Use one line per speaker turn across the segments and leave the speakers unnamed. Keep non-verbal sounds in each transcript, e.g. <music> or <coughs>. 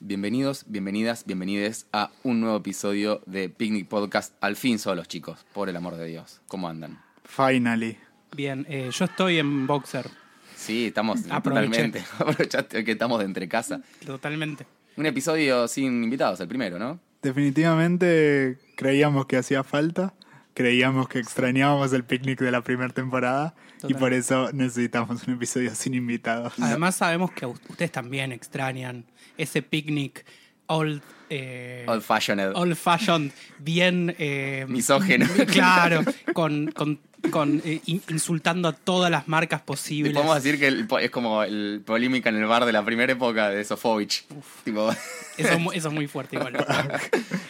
Bienvenidos, bienvenidas, bienvenides a un nuevo episodio de Picnic Podcast. Al fin solos, chicos, por el amor de Dios. ¿Cómo andan?
Finally.
Bien, eh, yo estoy en boxer,
Sí, estamos
Aproveché.
totalmente. <laughs> Aprovechaste que estamos de entre casa.
totalmente.
Un episodio sin invitados, el primero, ¿no?
Definitivamente creíamos que hacía falta, creíamos que extrañábamos el picnic de la primera temporada y
Total.
por eso necesitamos un episodio sin invitados.
Además sabemos que us- ustedes también extrañan ese picnic old, eh,
Old fashioned.
old fashioned, bien eh,
Misógeno.
<laughs> claro, con, con- con, eh, in- insultando a todas las marcas
Y
posibles.
podemos decir que el po- es como el polémica en el bar de la primera época de Sofovich. Tipo, <laughs>
Eso, es mu- eso es muy fuerte igual.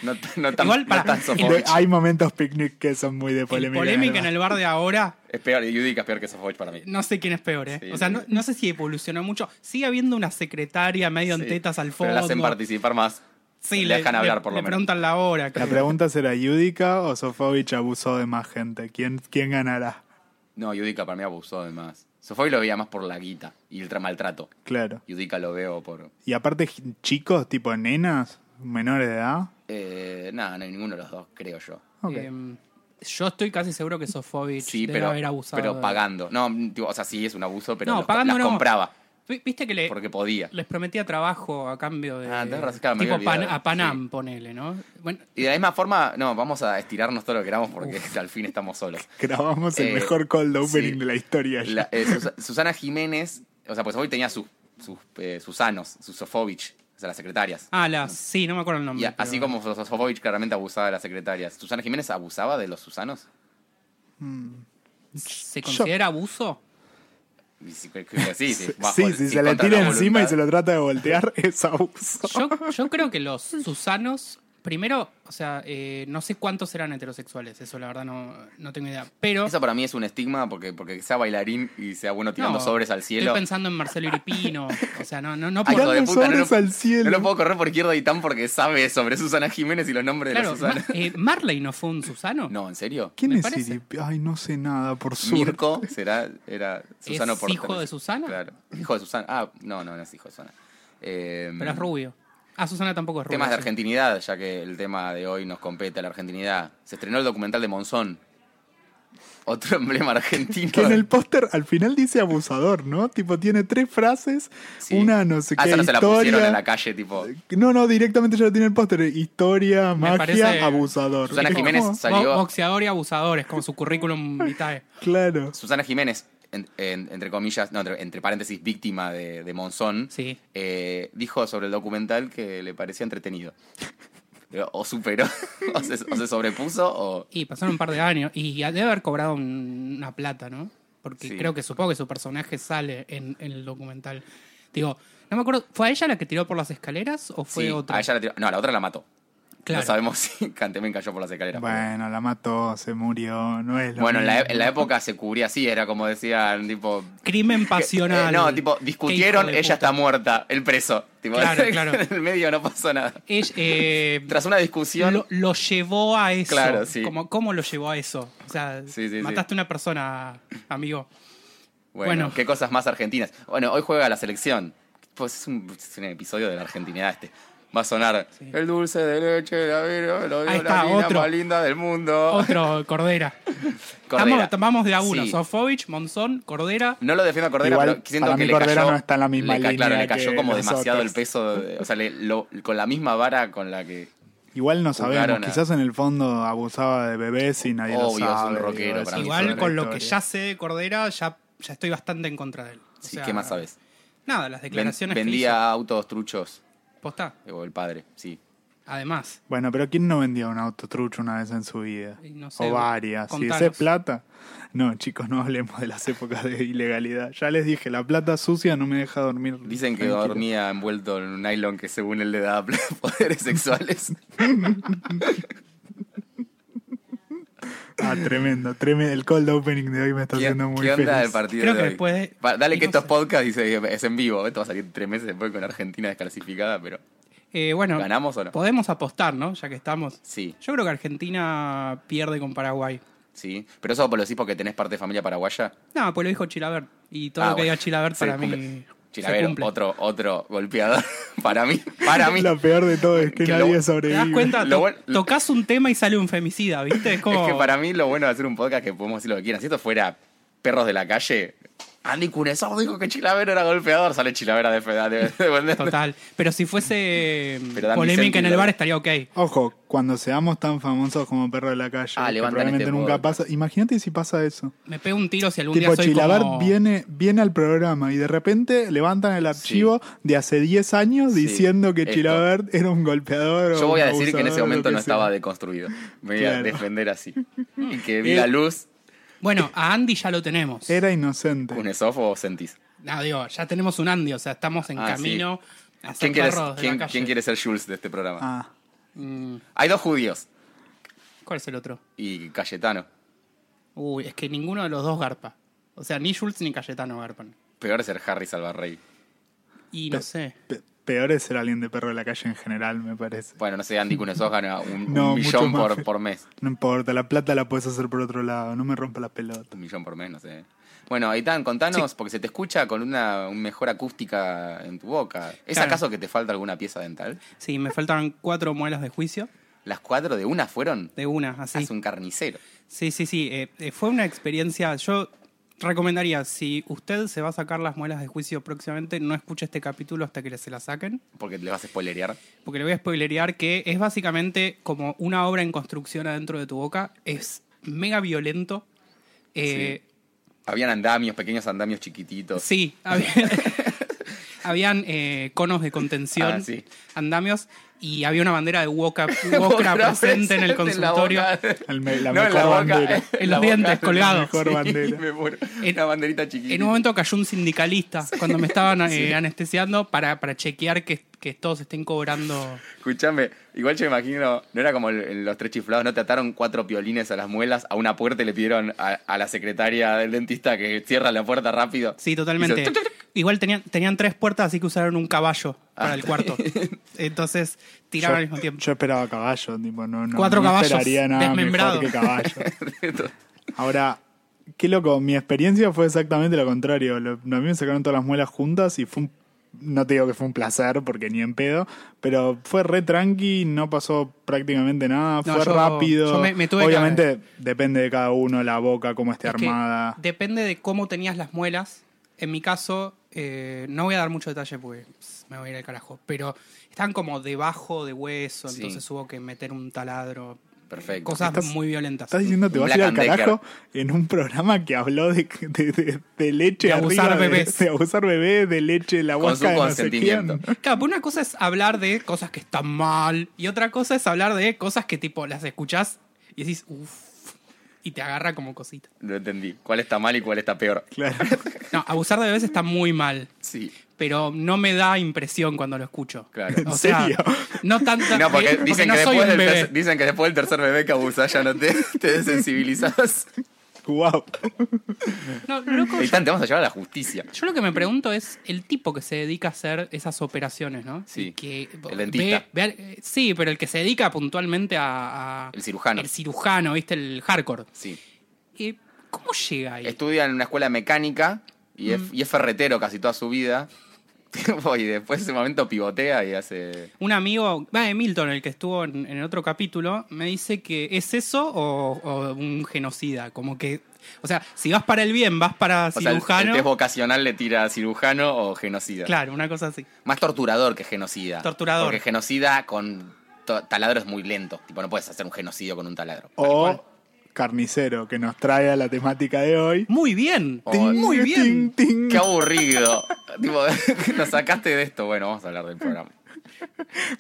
no, t- no tan,
Igual,
no
pará.
tan
<laughs> El-
Sofovich.
Hay momentos picnic que son muy de
El
polémica.
polémica en
¿verdad?
el bar de ahora,
Es peor, Yudica es peor que Sofovich para mí.
no sé quién es peor, ¿eh?
Sí.
O sea, no, no sé si evolucionó mucho. Sigue habiendo una secretaria medio en
Sí,
tetas al
Pero
fondo.
la hacen participar más.
Sí,
le
le
dejan hablar por lo
le
menos.
preguntan la hora.
La
creo.
pregunta será, ¿Yudica o Sofovich abusó de más gente? ¿Quién, quién ganará?
No, Yudica para mí abusó de más. Sofovich lo veía más por la guita y el tra- maltrato.
Claro.
Yudica lo veo por.
Y aparte, ji- chicos, tipo nenas, menores de edad. <laughs>
Eh, nada, no hay ninguno de los dos, creo yo.
Ok.
Em, yo estoy casi seguro que Sofovich
Sí,
debe
pero,
haber abusado.
pero
de-
pagando. No, digo, o sea, sí es un abuso, pero
No,
los-
pagando
las
no.
compraba
Vi- Viste que le-
porque podía.
les prometía trabajo a cambio de.
Ah, tenés razón, claro, me
tipo
había olvidado.
Pan- a Panam, ponele, ¿no? Bueno,
Y de la misma forma, no, vamos a estirarnos todo lo que queramos porque al fin estamos solos.
Grabamos el
Eh,
mejor cold opening
sí.
de la historia. ya.
La- eh, Susa- Susana Jiménez, o sea, pues hoy tenía sus sus eh, Susanos, sus Sofovich, o sea, las secretarias.
ah, las. Sí, no me acuerdo el nombre.
Y a- así
pero-
como Sos- Sofovich claramente abusaba de las secretarias, ¿Susana Jiménez abusaba de los Susanos?
¿Se considera abuso?
Y si- que- que- Sí, sí, bajo
<laughs> sí,
el-
si
sí,
se le
contra
tira
la
encima y
voluntad.
se lo trata de voltear, <laughs> es abuso.
Yo, yo creo que los Susanos, primero, o sea, eh, no sé cuántos eran heterosexuales, eso la verdad no, no tengo idea. Pero.
Eso para mí es un estigma porque, porque sea bailarín y sea bueno tirando
no,
sobres al cielo.
Estoy pensando en Marcelo Iripino. o sea, no,
<laughs>
no, no
Ay,
por-
hijo de
Tirando
puta, no lo-
sobres al cielo.
No lo puedo correr por izquierda y tan porque sabe sobre Susana Jiménez y los nombres
Claro,
de la Susana.
Ma- eh, Marley <laughs> no fue un Susano.
No, ¿en serio?
¿Quién
me
es
parece.
Siri? Ay, no sé nada, por suerte.
Mirko será, era Susano
¿Es
por
hijo
tres.
de Susana?
Claro. Hijo de Susana. Ah, no, no, no es hijo de Susana. Eh,
Pero es rubio. Ah, Susana tampoco es rubia.
Temas de
sí.
argentinidad, ya que el tema de hoy nos compete a la argentinidad. Se estrenó el documental de Monzón. Otro <laughs> emblema argentino.
<laughs> Que en el póster al final dice abusador, ¿no? Tipo, tiene tres frases,
Sí.
una no sé
Ah,
qué
esa no se la pusieron
historia.
en la calle, tipo.
No, no, directamente ya lo tiene el póster. Historia, magia,
parece-
abusador.
Susana
Es
Jiménez
como-
salió-
Bo- Boxeador y abusador, es como su currículum <laughs> vitae.
Claro.
Susana Jiménez, en- en- entre comillas, no, entre, entre paréntesis, víctima de, de Monzón,
Sí.
eh, dijo sobre el documental que le parecía
<laughs>
entretenido. Pero O superó, <laughs> o se, o se sobrepuso, o...
Y pasaron un par de años. Y debe haber cobrado un- una plata, ¿no? Porque
Sí.
creo que supongo que su personaje sale en, en el documental. Digo, no me acuerdo, ¿fue a ella la que tiró por las escaleras o fue
Sí,
otra?
a ella la tiró- No, a la otra la mató.
Claro.
No sabemos <laughs> si Cantemén cayó por las escaleras. pero-
Bueno, la mató, se murió, no es lo
Bueno, en la,
mismo.
en la época se cubría así, era como decían, tipo... <laughs>
Crimen
que-
pasional.
eh, no, tipo,
Qué
discutieron,
hijo de
ella
puta.
está muerta, el preso. Tipo, <laughs>
Claro, claro.
En el medio no pasó nada.
Ella, eh,
<laughs> Tras una discusión...
lo, lo llevó a eso.
Claro, sí.
Como, ¿Cómo lo llevó a eso? O sea,
Sí, sí, sí.
mataste a una persona, amigo.
Bueno,
Bueno.
qué cosas más argentinas. Bueno, hoy juega la selección. Pues es un, es un episodio de la argentinidad este. Va a sonar
Sí.
el dulce de leche, la vero, lo dio
Ahí
la
está,
mina
otro.
más linda del mundo.
Otro,
<laughs>
Cordera.
Cordera.
Vamos, tomamos de a uno.
Sí.
Sofovich, Monzón, Cordera.
No lo defiendo a Cordera,
Igual,
pero siento
para
que
mí
le
Cordera
cayó,
no está en la misma
le ca- Claro,
línea
le cayó
que
como demasiado el
nosotros.
peso, de- o sea, le- lo- con la misma vara con la que...
Igual no sabemos,
e- Jugaron a-
quizás en el fondo abusaba de bebés y nadie
Obvio, es
lo
un
sabe.
rockero
digo,
para
eso
mí,
es
Igual
otra
con lo que
historia.
ya sé de Cordera, ya, ya estoy bastante en contra de él. O
Sí,
sea,
¿Qué más sabes?
Nada, las
Ven-
declaraciones que
vendía autos truchos,
hizo. Posta.
o el padre, sí.
Además,
Bueno, pero ¿quién no vendía un auto trucho una vez en su vida?
Y no sé,
o varias. Si
contanos.
es plata. No, chicos, no hablemos de las épocas de ilegalidad. Ya les dije, la plata sucia no me deja dormir.
Dicen que
tranquilo.
dormía envuelto en un nylon que según él le daba <laughs> poderes sexuales.
Ah, tremendo, tremendo. El cold opening de hoy me está
¿Qué,
haciendo muy
qué onda
feliz.
el partido
Creo
de
que
hoy?
después de-
Pa- Dale
y
que
no
estos
sé.
podcasts dice, es en vivo. Esto va a salir tres meses después con Argentina desclasificada, pero
eh, bueno,
¿ganamos o no?
podemos apostar, ¿no? Ya que estamos.
Sí.
Yo creo que Argentina pierde con Paraguay.
¿sí? Pero eso lo decís porque tenés parte de familia paraguaya.
No, pues lo dijo Chilabert. Y todo
Ah,
lo que
bueno.
diga Chilabert
Se
para mí.
cumple.
se
Chilavero,
cumple.
otro, otro golpeador. <laughs> para mí, para mí.
Lo peor de todo es que,
Que lo-
nadie
¿te das
¿Te das
sobrevive.
cuenta?
Lo
To-
bueno-
Tocas un tema y sale un femicida, ¿viste? Es
<laughs>
como.
Es que para mí lo bueno de hacer un podcast es que podemos decir lo que quieran. Si esto fuera Perros de la Calle, Andy Cunesov dijo que Chilavero era golpeador, sale Chilavera de Fedad. de- de- de-
Total. Pero si fuese mm,
Pero Dan
polémica
Vicente
en el
lo-
bar estaría ok.
Ojo, cuando seamos tan famosos como perro de la calle,
Ah,
que
levantan
probablemente
este
nunca
podcast.
pasa. Imagínate si pasa eso.
Me pego un tiro si algún
tipo,
día soy
Chilabert
como...
viene, viene al programa y de repente levantan el archivo de hace 10 años
Sí,
diciendo que
esto.
Chilabert era un golpeador. o
Yo voy a
un
decir que en ese
abusador,
momento
lo
no
que
estaba
sea.
deconstruido. Me voy a
Claro. Eh,
defender así.
Mm.
Y que vi la luz,
Bueno, a Andy ya lo tenemos.
Era inocente.
Cunesov o Sentis.
No, digo, ya tenemos un Andy, o sea, estamos en
Ah, sí.
camino a ser
¿Quién quiere,
perros de la
quién-
calle.
quién quiere ser Jules de este programa?
Ah,
Mm,
Hay dos judíos
¿Cuál es el otro?
y Cayetano.
Uy, es que ninguno de los dos garpa. O sea, ni Schultz ni Cayetano garpan.
Peor es ser Harry Salvarrey.
Y no
Pe-
sé.
pe- peor es ser alguien de perro de la calle en general, me parece.
Bueno, no sé,
<laughs>
Andy Cunesov gana un,
No,
un
mucho
millón
más.
por, por mes.
No importa, la plata la puedes hacer por otro lado, no me rompa la pelota.
Un millón por mes, no sé. Bueno, Aitán, contanos, porque se te escucha con una un mejor acústica en tu boca. ¿Es
Claro.
acaso que te falta alguna pieza dental?
Sí, me faltan cuatro muelas de juicio.
Las cuatro de una fueron.
De una, así.
Haz Ah, un carnicero.
Sí, sí, sí. eh, eh, fue una experiencia. Yo recomendaría, si usted se va a sacar las muelas de juicio próximamente, no escuche este capítulo hasta que se las saquen.
Porque le vas a spoilerear.
porque le voy a spoilerear que es básicamente como una obra en construcción adentro de tu boca. Es mega violento. Eh,
Habían andamios, pequeños andamios chiquititos.
sí, <laughs> había- habían eh, conos de contención,
Ah, sí.
andamios, y había una bandera de
<laughs>
Wokra,
Otra
Wokra presente en el
presente la
consultorio.
boca.
El me- la
No, en
mejor
la boca,
bandera.
en
En
la
los
boca.
dientes, colgado.
<laughs>
mejor bandera.
Me muero.
En-
Una banderita chiquita.
En un momento cayó un sindicalista cuando me estaban
<laughs>
eh, anestesiando para, para chequear que, que todos estén cobrando.
Escuchame, igual yo me imagino, no era como el- el- los tres chiflados, no te ataron cuatro piolines a las muelas, a una puerta y le pidieron a, a la secretaria del dentista que cierra la puerta rápido.
Sí, totalmente.
Hizo chuc, chuc,
Igual tenían, tenían tres puertas, así que usaron un caballo para el
<laughs>
cuarto. Entonces tiraron al mismo tiempo.
Ah. yo esperaba caballo, tipo, no, no,
Cuatro
no
caballos
esperaría nada
desmembrados.
mejor que caballo.
chuc.
Ahora, qué loco, mi experiencia fue exactamente lo contrario. Lo- a mí me sacaron todas las muelas juntas y fue un- no te digo que fue un placer, porque ni en pedo, pero fue re tranqui, no pasó prácticamente nada,
No,
fue
yo-
rápido.
yo me- me tuve que-
Obviamente depende de cada uno, la boca, cómo esté
Es que
armada.
depende de cómo tenías las muelas. En mi caso, eh, no voy a dar mucho detalle porque pss, me voy a ir al carajo. Pero están como debajo de hueso,
Sí.
entonces hubo que meter un taladro.
Perfecto.
Cosas
Estás-
muy violentas.
Estás diciendo te
un
vas a ir al
Black and
carajo en un programa que habló de, de, de- de leche
De
arriba
abusar
de-
bebés.
De, abusar bebés, de leche, la
Con su
huasca de no sé
consentimiento.
quién.
Claro, pero una cosa es hablar de cosas que están mal y otra cosa es hablar de cosas que tipo las escuchás y decís, uff, y te agarra como cosita.
Lo entendí. ¿Cuál está mal y cuál está peor?
Claro. <laughs>
No, abusar de bebés está muy mal,
Sí.
pero no me da impresión cuando lo escucho.
Claro.
¿En
O sea,
serio?
no tanto.
No, porque
porque
dicen,
no
que
soy
después del
un bebé.
tercer- dicen que después del tercer bebé que abusás ya no te, <laughs> te desensibilizás.
Wow.
No, loco, yo,
Aitán, te vamos a llevar a la justicia.
yo lo que me pregunto es el tipo que se dedica a hacer esas operaciones, ¿no?
Sí,
Y Que,
el dentista.
ve- ve- eh, sí, pero el que se dedica puntualmente a. a-
El cirujano.
El cirujano, ¿viste? El hardcore.
Sí.
Eh, ¿Cómo llega ahí?
Estudia en una escuela de mecánica y,
Mm.
es, y es ferretero casi toda su vida. <laughs> y después de ese momento pivotea y hace...
Un amigo, va de Milton, el que estuvo en, en el otro capítulo, me dice que es eso o, o un genocida. Como que. O sea, si vas para el bien, vas para
O sea, el- el,
cirujano.
test vocacional le tira a cirujano o genocida.
claro, una cosa así.
Más torturador que genocida.
Torturador.
Porque genocida con to- taladro es muy lento. Tipo, no puedes hacer un genocidio con un taladro.
O carnicero, que nos trae a la temática de hoy.
Muy bien.
Oh,
muy bien.
ting, ting.
Qué aburrido. <laughs> tipo, nos sacaste de esto. Bueno, vamos a hablar del programa.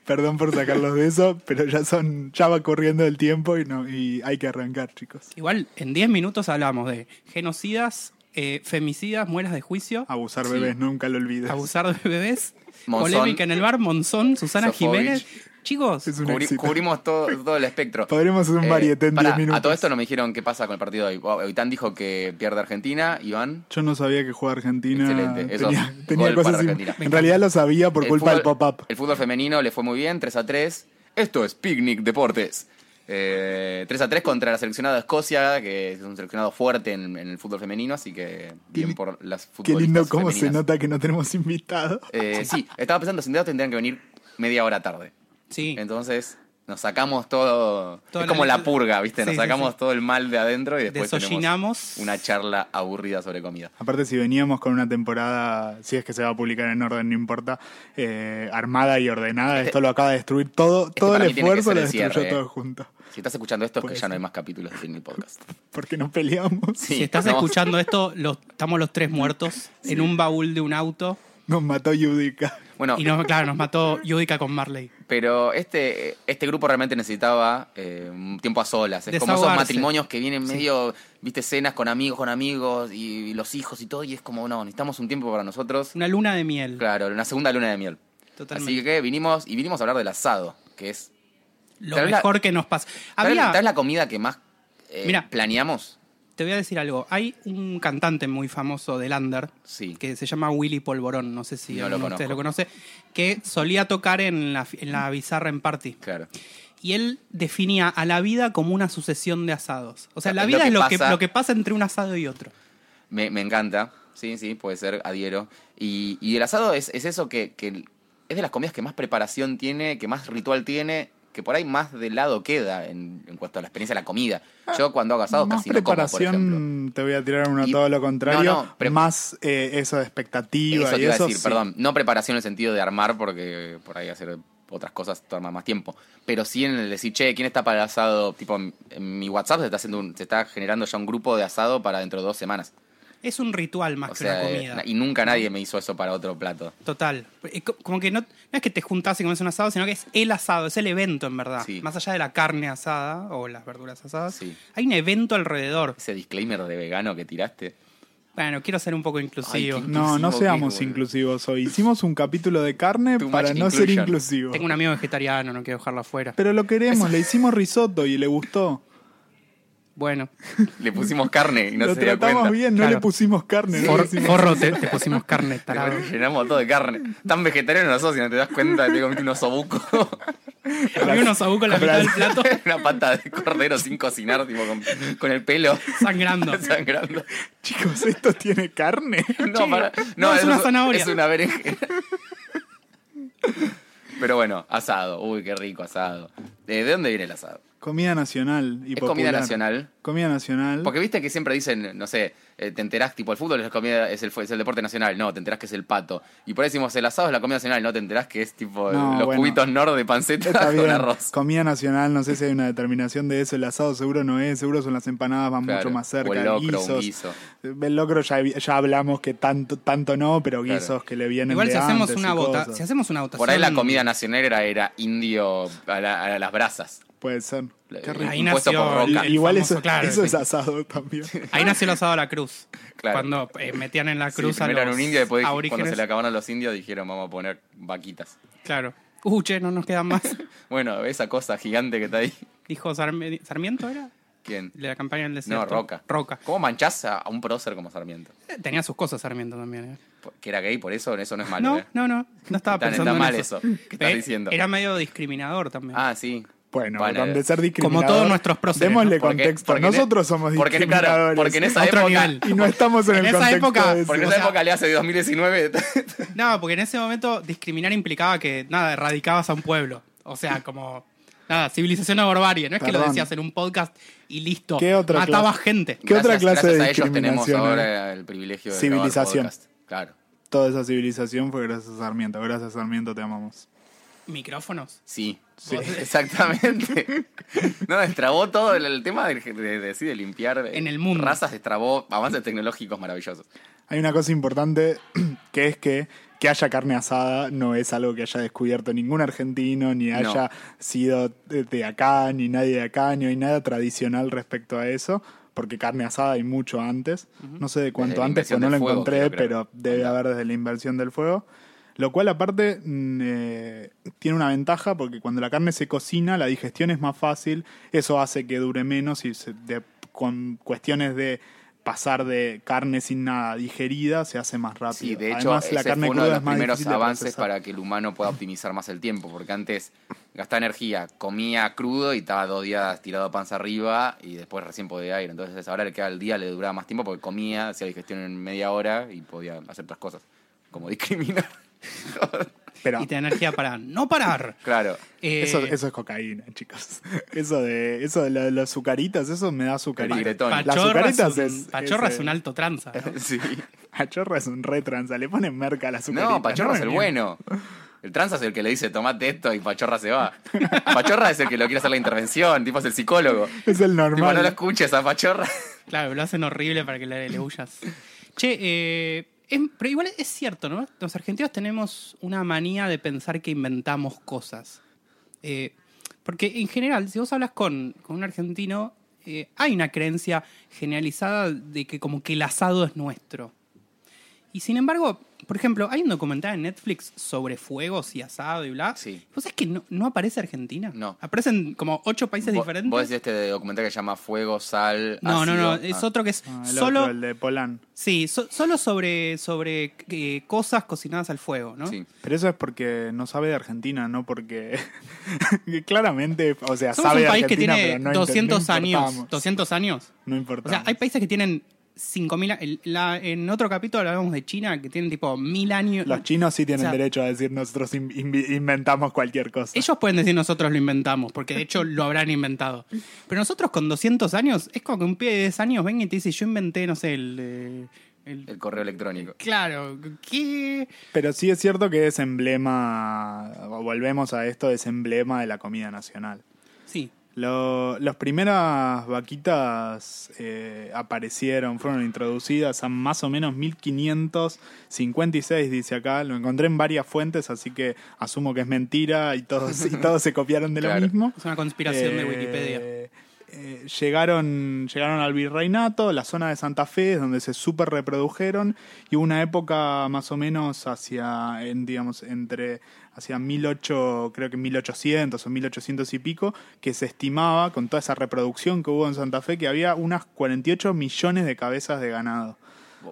Perdón por sacarlos de eso, pero ya son, ya va corriendo el tiempo y no, y hay que arrancar, chicos.
Igual, en 10 minutos hablamos de genocidas, eh, femicidas, muelas de juicio,
Abusar bebés, nunca lo olvides.
abusar de bebés,
Ah, Monzón.
polémica en el bar, Monzón, Susana
Sofovich.
Jiménez.
<laughs>
Chicos,
Es un
Cubri-
éxito.
cubrimos todo, todo el espectro.
Podremos hacer un varieté en
Eh, pará,
10 minutos.
A todo esto no me dijeron qué pasa con el partido de hoy. Wow, Oitán dijo que pierde Argentina, Iván.
Yo no sabía que jugaba Argentina.
Excelente, eso,
Tenía,
gol
tenía
para
cosas así.
Argentina.
En realidad lo sabía por
El
culpa del
fútbol-
pop-up.
El fútbol femenino le fue muy bien, 3 a 3. Esto es Picnic Deportes. Eh, 3 a 3 contra la seleccionada de Escocia, que es un seleccionado fuerte en, en el fútbol femenino, así que bien
li-
por las
Qué
futbolistas
lindo cómo se
femeninas.
nota que no tenemos invitado.
Eh, sí, estaba pensando, sin duda tendrían que venir media hora tarde.
Sí.
Entonces nos sacamos todo.
Toda
es
la
como la
lista-
purga, ¿viste? Nos
Sí, sí,
sacamos
sí.
todo el mal de adentro y después
Desollinamos.
tenemos una charla aburrida sobre comida.
Aparte, si veníamos con una temporada, si es que se va a publicar en orden, no importa, eh, armada y ordenada, esto lo acaba de destruir todo, todo
para
el
mí tiene que
esfuerzo
ser
lo
el
destruyó
cierre, eh.
todo junto.
Si estás escuchando esto, es que
Puede
ya no
ser.
hay más capítulos de Disney Podcast.
Porque nos peleamos, <laughs>
Sí,
si estás
no.
escuchando esto, los- estamos los
<laughs>
tres muertos en un baúl de un auto.
nos mató Judica.
Bueno,
Y nos, claro, nos mató Yudica con Marley.
pero este, este grupo realmente necesitaba eh, un tiempo a solas. Es como esos
Desahogarse.
matrimonios que vienen medio, viste, cenas con amigos, con amigos y, y los hijos y todo. Y es como, no, necesitamos un tiempo para nosotros.
Una luna de miel.
Claro, una segunda luna de miel.
Totalmente.
Así que vinimos y vinimos a hablar del asado, que es
Lo
Tal vez la-
mejor que nos pasa.
¿Sabes
Había-
la comida que más eh,
Mirá.
planeamos?
Te voy a decir algo. Hay un cantante muy famoso de Lander
Sí.
que se llama Willy Polvorón. No sé si
No lo
alguno de ustedes lo
conozco.
conoce. Que solía tocar en la, en la Bizarra en Party.
Claro.
Y él definía a la vida como una sucesión de asados. O sea,
Es
la
lo
vida
que
es lo que,
pasa-
lo que pasa entre un asado y otro.
Me, me encanta. Sí, sí, puede ser, adhiero. Y, y el asado es, es eso que, que es de las comidas que más preparación tiene, que más ritual tiene, que por ahí más de lado queda en, en cuanto a la experiencia de la comida. Yo cuando hago asado
Ah, más
casi no como, por ejemplo.
preparación, te voy a tirar uno
Y-
todo lo contrario,
no, no, pero-
más eh, eso de expectativa
Eso te
y
iba a
eso.
decir,
sí.
perdón. No preparación en el sentido de armar, porque por ahí hacer otras cosas toma más tiempo. Pero sí en el decir, che, ¿quién está para el asado? Tipo, en en mi WhatsApp se está, haciendo un- se está generando ya un grupo de asado para dentro de dos semanas.
Es un ritual más
O
que
sea,
una
eh,
comida.
na- y nunca nadie me hizo eso para otro plato.
Total. Eh, co- Como que no, no es que te juntás y comes un asado, sino que es el asado, es el evento en verdad.
Sí.
Más allá de la carne asada o las verduras asadas,
Sí.
hay un evento alrededor.
Ese disclaimer de vegano que tiraste.
Bueno, quiero ser un poco inclusivo.
qué-
No, no
Inclusivo,
seamos
viejo, boludo.
inclusivos hoy. Hicimos un capítulo de carne
Too
para
much
no ser
inclusion.
inclusivos.
Tengo un amigo vegetariano, no quiero dejarlo afuera.
Pero lo queremos, le hicimos risotto y le gustó.
Bueno,
Le pusimos carne y no
lo
se dio cuenta.
tratamos bien, no
Claro.
le pusimos carne. no le
for-
hicimos-
forro, te, te pusimos carne,
Le
tarado.
Llenamos todo de carne. Tan vegetariano no sos si no te das cuenta que te comiste un osobuco.
Había unos sabucos en la mitad del plato
<laughs> Una pata de cordero sin cocinar, tipo con, con el pelo
<laughs>
<laughs>
sangrando.
sangrando.
Chicos, ¿esto tiene carne?
No, para-
<laughs> no, es
eso
una zanahoria.
Es una berenjena. <laughs> Pero bueno, asado. Uy, qué rico asado. Eh, ¿De dónde viene el asado?
Comida nacional y
¿Es
popular.
comida nacional?
Comida nacional.
Porque viste que siempre dicen, no sé, eh, te enterás, tipo, el fútbol es, la comida, es, el, fu- es el deporte nacional, no, te enterás que es el pato. Y por ahí decimos, el asado es la comida nacional, no, te enterás que es tipo
No,
los
bueno.
cubitos nord de
Está
panceta <laughs>
bien.
con arroz.
Comida nacional, no sé si hay una determinación de eso. El asado seguro no es, seguro son las empanadas, van
Claro.
mucho más
O
cerca.
el locro, un
guisos.
guiso.
El locro ya, ya hablamos que tanto, tanto no, pero guisos
Claro.
que le vienen
Igual
de
si hacemos,
antes y
una vota,
cosas.
si hacemos una votación.
Por ahí la comida nacional era, era indio a, la- a las brasas.
Puede ser. Qué rico.
Ahí
Impuesto
nació
por Roca.
el
Igual
famoso,
eso,
claro,
eso
sí.
es asado también.
Ahí nació el asado a la cruz.
Claro.
Cuando eh, metían en la
Sí,
cruz a
primero
los
eran un indio, después dij- cuando
aborígenes.
se le acabaron los indios dijeron, vamos a poner vaquitas.
Claro. Uh, che, no nos quedan más. <laughs>
Bueno, esa cosa gigante que está ahí.
Dijo Sarme- Sarmiento, ¿era?
¿Quién?
De la campaña del desierto.
No, Roca.
Roca.
¿Cómo manchás a a un prócer como Sarmiento?
Eh, Tenía sus cosas Sarmiento también. ¿eh?
Que era gay, por eso eso no es malo.
No,
¿eh?
no, no. No estaba
Está- está
pensando en
mal
eso.
eso que estás
Eh,
diciendo.
Era medio discriminador también.
Ah, sí. <laughs>
Bueno,
Bueno,
donde ser discriminador.
todos nuestros próceres,
Démosle
¿no? Porque-
contexto.
porque en- e-
Nosotros somos
porque, claro,
discriminadores.
porque en esa
Otro
época-
nivel.
<laughs> Y no estamos en, el
En esa
contexto
época,
de eso.
Porque en
O
esa
sea-
época le hace 2019. <laughs>
No, porque en ese momento discriminar implicaba que, nada, erradicabas a un pueblo. O sea, como, nada, civilización o barbarie. No es que lo
Perdón.
decías en un podcast y listo.
¿Qué otra
Matabas
clase?
gente.
¿Qué otra clase de
gracias a ellos tenemos
discriminación,
ahora el privilegio de grabar
Civilización.
podcast. Claro.
Toda esa civilización fue gracias a Sarmiento. Gracias Sarmiento, te amamos.
Micrófonos.
Sí.
Sí.
<laughs> Exactamente. <laughs> No, destrabó todo el, el tema de, de- de- sí, de limpiar eh,
En el mundo.
razas, destrabó avances tecnológicos maravillosos.
Hay una cosa importante <clears throat> que es que que haya carne asada no es algo que haya descubierto ningún argentino, ni haya sido de de acá, ni nadie de acá, ni hay nada tradicional respecto a eso, porque carne asada hay mucho antes. No sé de cuánto
la
antes,
invención
pues no
del
lo
fuego,
encontré,
quiero creer.
pero debe
Onda.
haber desde la inversión del fuego. Lo cual aparte mm, eh, tiene una ventaja porque cuando la carne se cocina la digestión es más fácil, eso hace que dure menos y se- de- con cuestiones de pasar de carne sin nada digerida se hace más rápido.
Sí, de hecho,
Además
ese
la carne
fue uno
cruda
de los
es más
primeros
difícil de
avances
procesar.
para que el humano pueda optimizar más el tiempo, porque antes gastaba energía, comía crudo y estaba dos días tirado panza arriba y después recién podía ir. Entonces ahora le queda el día, le duraba más tiempo porque comía, hacía digestión en media hora y podía hacer otras cosas. Como <laughs> discriminar.
Pero
Y te da energía para no parar.
claro.
Eh,
eso, eso es cocaína, chicos. <laughs> Eso de, eso de la- las azucaritas, eso me da azucarita.
Vale. Pachorra
Las
Pachorra,
azucaritas
es un,
es-
Pachorra
es, eh,
es un alto tranza.
<laughs>
¿no?
Sí.
Pachorra es un retranza, le ponen merca a la azucarita.
No, Pachorra
me
es el
mientas.
bueno. El tranza es el que le dice, tomate esto y Pachorra se va. Pachorra es el que lo quiere hacer la intervención, tipo es el psicólogo.
Es el
Tipo, no lo
normal.
escuches a Pachorra.
Claro, lo hacen horrible para que le, le huyas. Che, eh, es- pero igual es cierto, ¿no? Los argentinos tenemos una manía de pensar que inventamos cosas. Eh, porque en general, si vos hablas con, con un argentino, eh, hay una creencia generalizada de que como que el asado es nuestro. Y sin embargo, por ejemplo, hay un documental en Netflix sobre fuegos y asado y bla.
Sí.
¿Vos sabés que no, no aparece Argentina?
No.
Aparecen como ocho países
Vos-
diferentes.
Vos decís este documental que se llama Fuego, Sal,
no, no, no,
Ácido.
es
Ah.
otro que es
Ah, el
solo
otro, el de Polán.
Sí, so- solo sobre, sobre eh, cosas cocinadas al fuego, ¿no?
Sí.
Pero eso es porque no sabe de Argentina, no porque. <laughs> que claramente, o sea,
Somos
sabe
un país
de
que
Argentina,
tiene
pero no
200
inter- no
años.
importamos.
200 años.
No
O
importa.
sea, hay países que tienen 5.000... a- el- la- En otro capítulo hablábamos de China, que tienen tipo 1.000 años.
Los chinos sí tienen
o sea,
derecho a decir nosotros in- in- inventamos cualquier cosa.
Ellos pueden decir nosotros lo inventamos, porque de hecho lo habrán inventado. Pero nosotros con 200 años, es como que un pibe de 10 años venga y te dice, yo inventé, no sé, el... eh, el-
El correo electrónico.
Claro, ¿qué...?
Pero sí es cierto que es emblema, volvemos a esto, es emblema de la comida nacional.
Sí,
Lo- las primeras vaquitas eh, aparecieron, fueron introducidas a más o menos 1556, dice acá. Lo encontré en varias fuentes, así que asumo que es mentira y todos, y todos se copiaron de
Claro.
lo mismo.
es una conspiración de
Eh,
Wikipedia.
eh, llegaron, llegaron al virreinato, la zona de Santa Fe, es donde se super reprodujeron, y hubo una época más o menos hacia, en, digamos, entre hacia 1800, creo que 1800 o 1800 y pico, que se estimaba, con toda esa reproducción que hubo en Santa Fe, que había unas 48 millones de cabezas de ganado.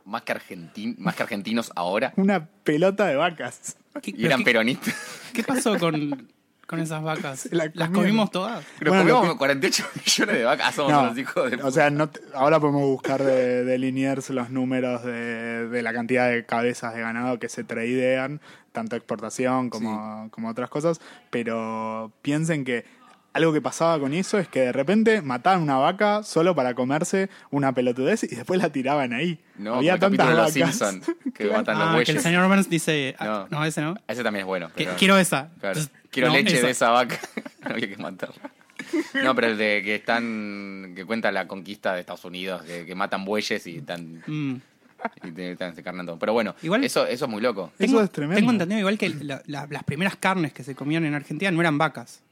Más que, argentin- más que argentinos ahora.
Una pelota de vacas.
¿Qué-
Y eran
<laughs> pero qué-
peronistas. <laughs>
¿Qué pasó con, con esas vacas?
la
¿Las
comieron.
comimos todas?
Pero
Bueno, lo
comimos 48 <laughs> millones de vacas. Ah, somos
No,
unos hijos de
o
puta.
sea, no te- ahora podemos buscar de, de Liniers los números de, de la cantidad de cabezas de ganado que se tradean, tanto exportación como, como otras cosas, pero piensen que algo que pasaba con eso es que de repente mataban una vaca solo para comerse una pelotudez y después la tiraban ahí.
No,
Había
como el capítulo de
tantas vacas.
los
<laughs>
Simpson, que matan los
Ah, que el
bueyes.
señor Burns dice, ah, no,
No.
ese no.
Ese también es bueno.
Que-
pero-
Quiero esa.
Claro.
Entonces,
Quiero
no,
leche de esa vaca. <laughs> no había que matarla. No, pero el de que están. que cuenta la conquista de Estados Unidos, que, que matan bueyes y están.
Mm.
y te- están se carnan todo. Pero bueno,
Igual-
eso, eso es muy loco.
Eso
Tengo,
es tremendo.
tengo entendido igual que la- la- las primeras carnes que se comían en Argentina no eran vacas.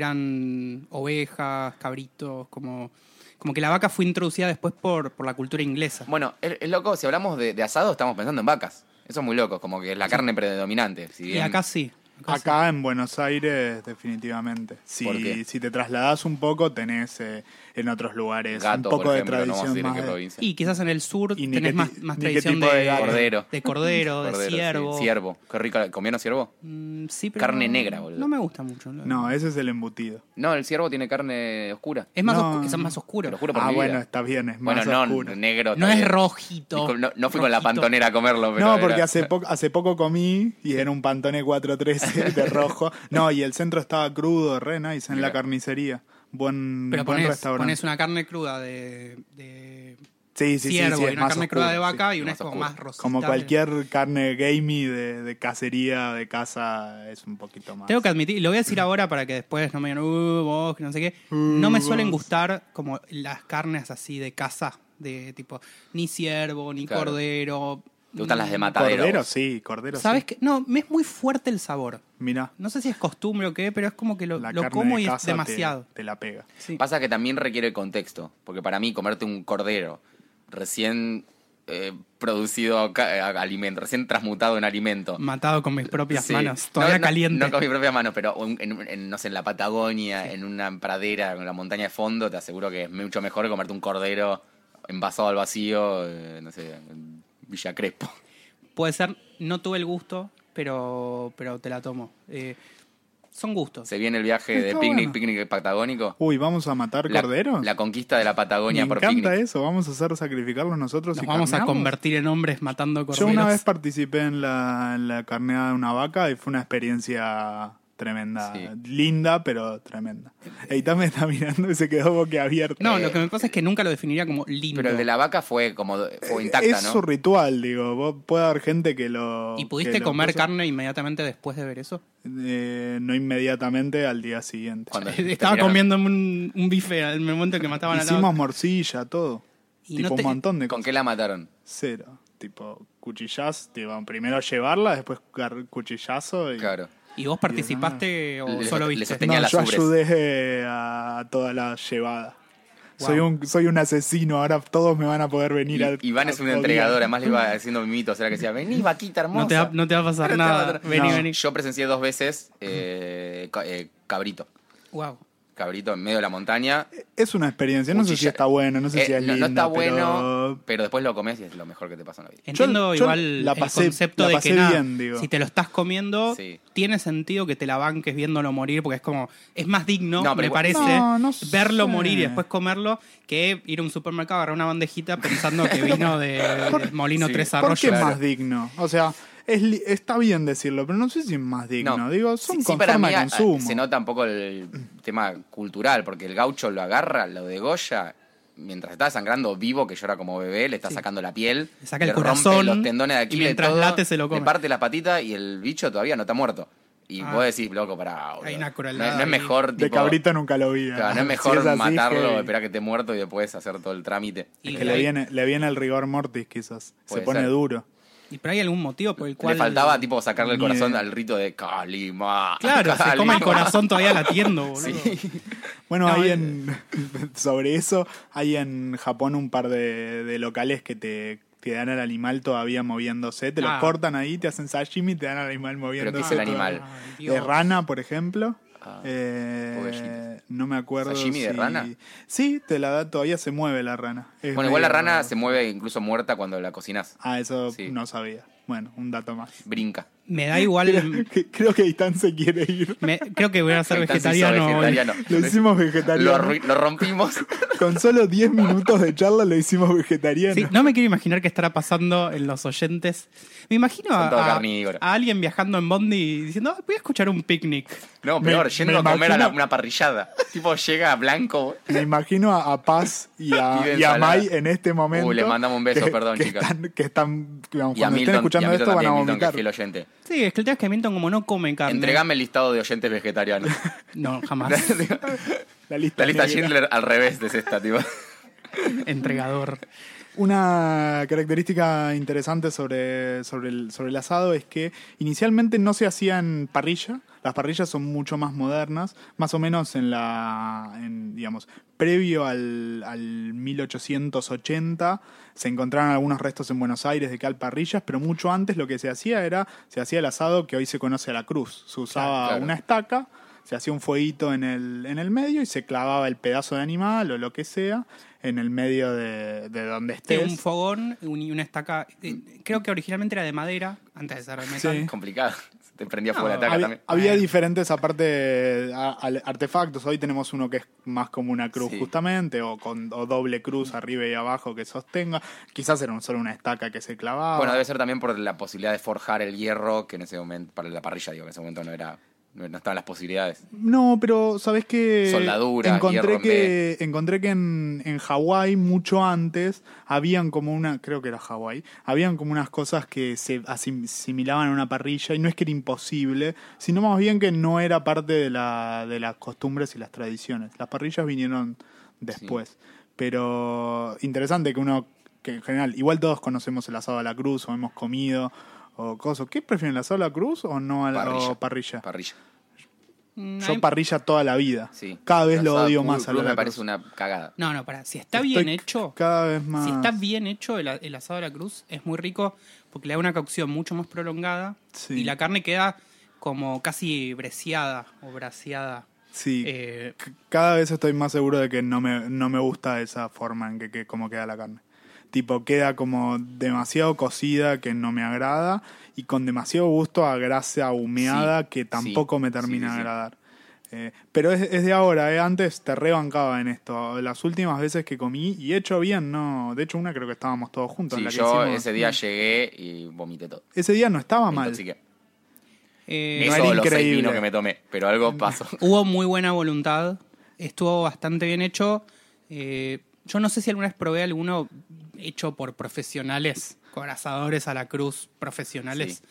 Eran ovejas, cabritos, como, como que la vaca fue introducida después por, por la cultura inglesa.
Bueno, es, es loco, si hablamos de, de asado, estamos pensando en vacas. Eso es muy loco, como que es la carne predominante. Si
y
bien-
acá sí. Acá sí.
Acá en Buenos Aires, definitivamente. Si,
¿Por qué?
si te trasladás un poco, tenés eh, en otros lugares
Gato,
un poco
por ejemplo,
de
no
tradición
vamos a decir en
más
qué
de-
provincia.
Y quizás en el sur
Y ni
tenés
qué
más,
ti-
más
ni qué
tradición
tipo
de,
de gato.
Cordero.
de cordero, de
Cordero, sí,
ciervo.
ciervo. Qué rico. ¿Comieron ciervo?
Mm, sí, pero
Carne
no-
negra, boludo.
No me gusta mucho. la-
No, ese es el embutido.
No, el ciervo tiene carne oscura.
Es más,
No.
oscu- quizás más oscuro.
Te lo juro por
Ah,
mi vida.
bueno, está bien, es más
Bueno, no,
oscuro.
negro.
No
está
es
bien.
rojito.
Discul- No, no fui con la
Rojito.
pantonera a comerlo, pero.
No, porque
era-
hace, poco hace poco comí y era un
<laughs>
pantone 413 de rojo. No, y el centro estaba crudo, re nice, en
Mira.
la carnicería. Buen,
Pero
buen
pones,
restaurante.
pones una carne cruda de, de
sí, sí, sí,
ciervo
sí,
y
es
una
más
carne cruda de
oscuro, sí.
vaca y una
más
es como
oscuro.
más rosita.
Como cualquier carne gamey de, de cacería, de casa, es un poquito más.
Tengo que admitir, y lo voy a decir ahora para que después no me digan, "Uh, vos, que no sé qué. No me suelen gustar como las carnes así de casa, de tipo ni ciervo, ni
Claro.
cordero.
Te gustan las de mata. Matadero,
Cordero,
vos.
sí, cordero.
¿Sabes
sí.
qué? No, me es muy fuerte el sabor.
Mira,
No sé si es costumbre o qué, pero es como que lo,
la
lo
carne
como
de
y es
casa te-
demasiado.
Te, la pega.
Sí.
Pasa que también requiere el contexto. Porque para mí, comerte un cordero recién eh, producido, ca- eh, alimento, recién transmutado en alimento.
Matado con mis propias
Sí.
manos,
No,
todavía
no,
caliente.
No con mis propias manos, pero un- en, en, no sé, en la Patagonia, en una pradera, en la montaña de fondo, te aseguro que es mucho mejor que comerte un cordero envasado al vacío, eh, no sé, en Villa Crespo.
Puede ser, no tuve el gusto, pero, pero te la tomo. Eh, Son gustos.
Se viene el viaje de
Está
picnic,
bueno.
picnic patagónico.
Uy, ¿vamos a matar
La,
corderos?
la conquista de la Patagonia
Me
por
encanta
picnic.
eso. Vamos a hacer sacrificarlos nosotros
Nos
y
vamos a
carnearlos.
convertir en hombres matando
Yo
corderos.
una vez participé en la, en la carneada de una vaca y fue una experiencia tremenda.
Sí.
Linda, pero tremenda. Eitan me está mirando y se quedó boquiabierto.
No, lo que me pasa es que nunca lo definiría como lindo.
eh, Pero el de la vaca fue como fue intacta,
E-, es
¿no?
su ritual, digo. Vos- Puede haber gente que lo.
¿Y
que
pudiste
lo
comer
puso-
carne inmediatamente después de ver eso?
Eh, no inmediatamente al día siguiente.
Cuando
<laughs> Estaba
terminaron-
comiendo un, un bife al momento que mataban a la
Hicimos morcilla, todo.
Y
tipo
no te-
un montón de
¿Con
cosas.
qué la mataron?
Cero. Tipo, cuchillaz, tipo, primero llevarla, después gar- cuchillazo y.
Claro.
¿Y vos participaste o
Le-
solo
le
viste?
sostenía
no,
las
yo
ubres.
ayudé a toda la llevada.
Wow.
Soy un soy un asesino, ahora todos me van a poder venir
Y-
al
Iván es un
al-
entregador, además le iba haciendo mimitos. Era que decía, vení, vaquita hermosa.
Mm. No te, va, no te va a pasar
Pero te va a
nada.
dar-
Vení,
No.
vení.
Yo presencié dos veces eh, ca- eh, cabrito.
Wow.
Cabrito en medio de la montaña.
Es una experiencia, no sé si
Cuchilla-
está bueno, no sé
Eh,
si es
no,
lindo.
no está
pero-
bueno, pero después lo comes y es lo mejor que te pasa en la vida.
Entiendo
yo
igual
la pasé-
el concepto
la
de
pasé
que nada,
bien, digo.
si te lo estás comiendo,
Sí.
tiene sentido que te la banques viéndolo morir, porque es como, es más digno,
No, pero
me
igual-
parece,
No, no
verlo
sé.
morir y después comerlo, que ir a un supermercado, agarrar una bandejita pensando que vino de, del Molino
sí.
<laughs>
Tres
¿Por
Arroyos.
qué más digno? O sea, es li- está bien decirlo, pero no sé si es más digno.
No.
Digo, son
Sí, sí,
conforme
para mí,
a
ah,
consumo.
Se nota un poco el tema cultural, porque el gaucho lo agarra, lo degolla, mientras está sangrando vivo, que llora como bebé, le está
Sí.
sacando la piel,
Le saca el
rompe
corazón,
los tendones de
y
Aquiles,
mientras
todo,
late se lo come.
le parte las patitas y el bicho todavía no está muerto. Y
Ah.
vos decís, loco, pará, boludo.
Hay una crueldad
no, no es
ahí.
mejor,
De
tipo,
cabrito nunca lo vi. ¿eh?
claro, no
Si
es mejor
es así,
matarlo,
heavy.
esperar que esté muerto y después hacer todo el trámite.
Y-
Que le
Ahí.
viene, le viene el rigor mortis, quizás. Se
Puede
pone
ser.
duro.
Y pero hay algún motivo por el cual...
Le faltaba, tipo, sacarle el
Ni
corazón
idea.
al rito de
<laughs>
Calima. <laughs>
Claro, se come
Calima.
el corazón todavía latiendo, boludo.
Bueno,
No,
hay
eh.
en, <laughs> sobre eso, hay en Japón un par de, de locales que te, te dan al animal todavía moviéndose. Te
Ah.
lo cortan ahí, te hacen sashimi y te dan al animal
Pero
moviéndose.
¿qué es el
todavía.
animal?
Ay, Dios.
De rana, por ejemplo.
Ah,
Eh,
pobrecita.
no me acuerdo.
¿Sashimi de
si-
rana?
Sí, te la da, todavía se mueve la rana. Es
Bueno, igual la
medio-
rana se mueve incluso muerta cuando la cocinas.
Ah, eso
Sí.
no sabía. Bueno, un dato más. <laughs>
Brinca.
Me
<laughs>
da igual...
Creo, creo que Itán se quiere ir.
me- creo que voy a ser
Entonces hizo
vegetariano. hoy.
vegetariano.
Lo hicimos
Lo,
vegetariano.
arrui- lo rompimos. <laughs>
Con solo 10 minutos de charla lo hicimos vegetariano.
Sí, no me quiero imaginar qué estará pasando en los oyentes. Me imagino
Son todos
a, a-
carnívoros.
a alguien viajando en Bondi y diciendo, "Ah, voy a escuchar un picnic.
No,
Me-
peor,
me
yendo a comer a la-
imagino-
una parrillada. tipo, llega blanco.
Me imagino a, a Paz y
<laughs>
a,
Piden
y a
ensalada.
Mai en este momento.
Uy, Uh, le mandamos un beso, perdón,
que
chicas.
Están, que están, digamos,
Y a
cuando estén
Milton,
escuchando
y a Milton
esto van a
también, Milton, que es
vomitar.
fiel oyente.
Sí, es que el tema es que Milton como no come carne.
Entregame el listado de oyentes
<laughs>
vegetarianos.
No, jamás.
La lista,
la lista
negra.
Schindler al revés es esta, tipo.
Entregador.
Una característica interesante sobre, sobre, el, sobre el asado es que inicialmente no se hacían parrilla. Las parrillas son mucho más modernas, más o menos en la, en, digamos, previo al, al 1880 se encontraron algunos restos en Buenos Aires de cal parrillas, pero mucho antes lo que se hacía era, se hacía el asado que hoy se conoce a la cruz. Se usaba
Claro.
una estaca, se hacía un fueguito en el, en el medio y se clavaba el pedazo de animal o lo que sea en el medio de, de donde
Sí,
estés.
un fogón un- y una estaca. eh, Creo que originalmente era de madera, antes de ser de
<laughs>
metal.
Sí.
Complicado. Se te prendía fuego
No,
la taca
había,
también.
había diferentes aparte a- al- artefactos. Hoy tenemos uno que es más como una cruz
Sí.
justamente, o con o doble cruz arriba y abajo que sostenga. Quizás era un- solo una estaca que se clavaba.
Bueno, debe ser también por la posibilidad de forjar el hierro, que en ese momento, para la parrilla, digo, que en ese momento no era. No no estaban las posibilidades.
No, pero sabes que
Soldadura,
encontré
hierro en
que encontré que en, en Hawái mucho antes habían como una, creo que era Hawái, habían como unas cosas que se asim- asimilaban a una parrilla y no es que era imposible, sino más bien que no era parte de, la, de las costumbres y las tradiciones. Las parrillas vinieron después, pero interesante que uno que en general igual todos conocemos el asado a la cruz o hemos comido o cosas. ¿Qué prefieren el asado a la cruz o no a la
Parrilla.
o parrilla?
Parrilla.
Mm, hay-
Yo parrilla toda la vida.
Sí.
Cada vez lo
Asado
odio
cru-
más a
crudo
la
me
cruz.
parece una cagada.
No, no, para. Si está
Estoy
bien hecho,
Cada vez más.
si está bien hecho el, a- el asado de la cruz, es muy rico porque le da una cocción mucho más prolongada
Sí.
y la carne queda como casi breciada o braseada.
Sí.
Eh,
C- Cada vez estoy más seguro de que no me, no me gusta esa forma en que, que- cómo queda la carne. tipo queda como demasiado cocida que no me agrada y con demasiado gusto a grasa humeada
Sí,
que
sí,
tampoco me termina
sí, sí,
de
sí.
agradar. Eh, pero es, es de ahora, eh. antes te rebancaba en esto. Las últimas veces que comí, y hecho bien, no. De hecho, una creo que estábamos todos juntos. en
Sí,
la que
yo
hicimos-
ese día llegué y vomité todo.
Ese día no estaba
Me
mal.
intoxiqué.
Eh,
no
Eso
era
o los seis
increíble.
vinos que me tomé, pero algo pasó.
Hubo muy buena voluntad, estuvo bastante bien hecho. Eh, yo no sé si alguna vez probé alguno hecho por profesionales, con asadores a la cruz profesionales.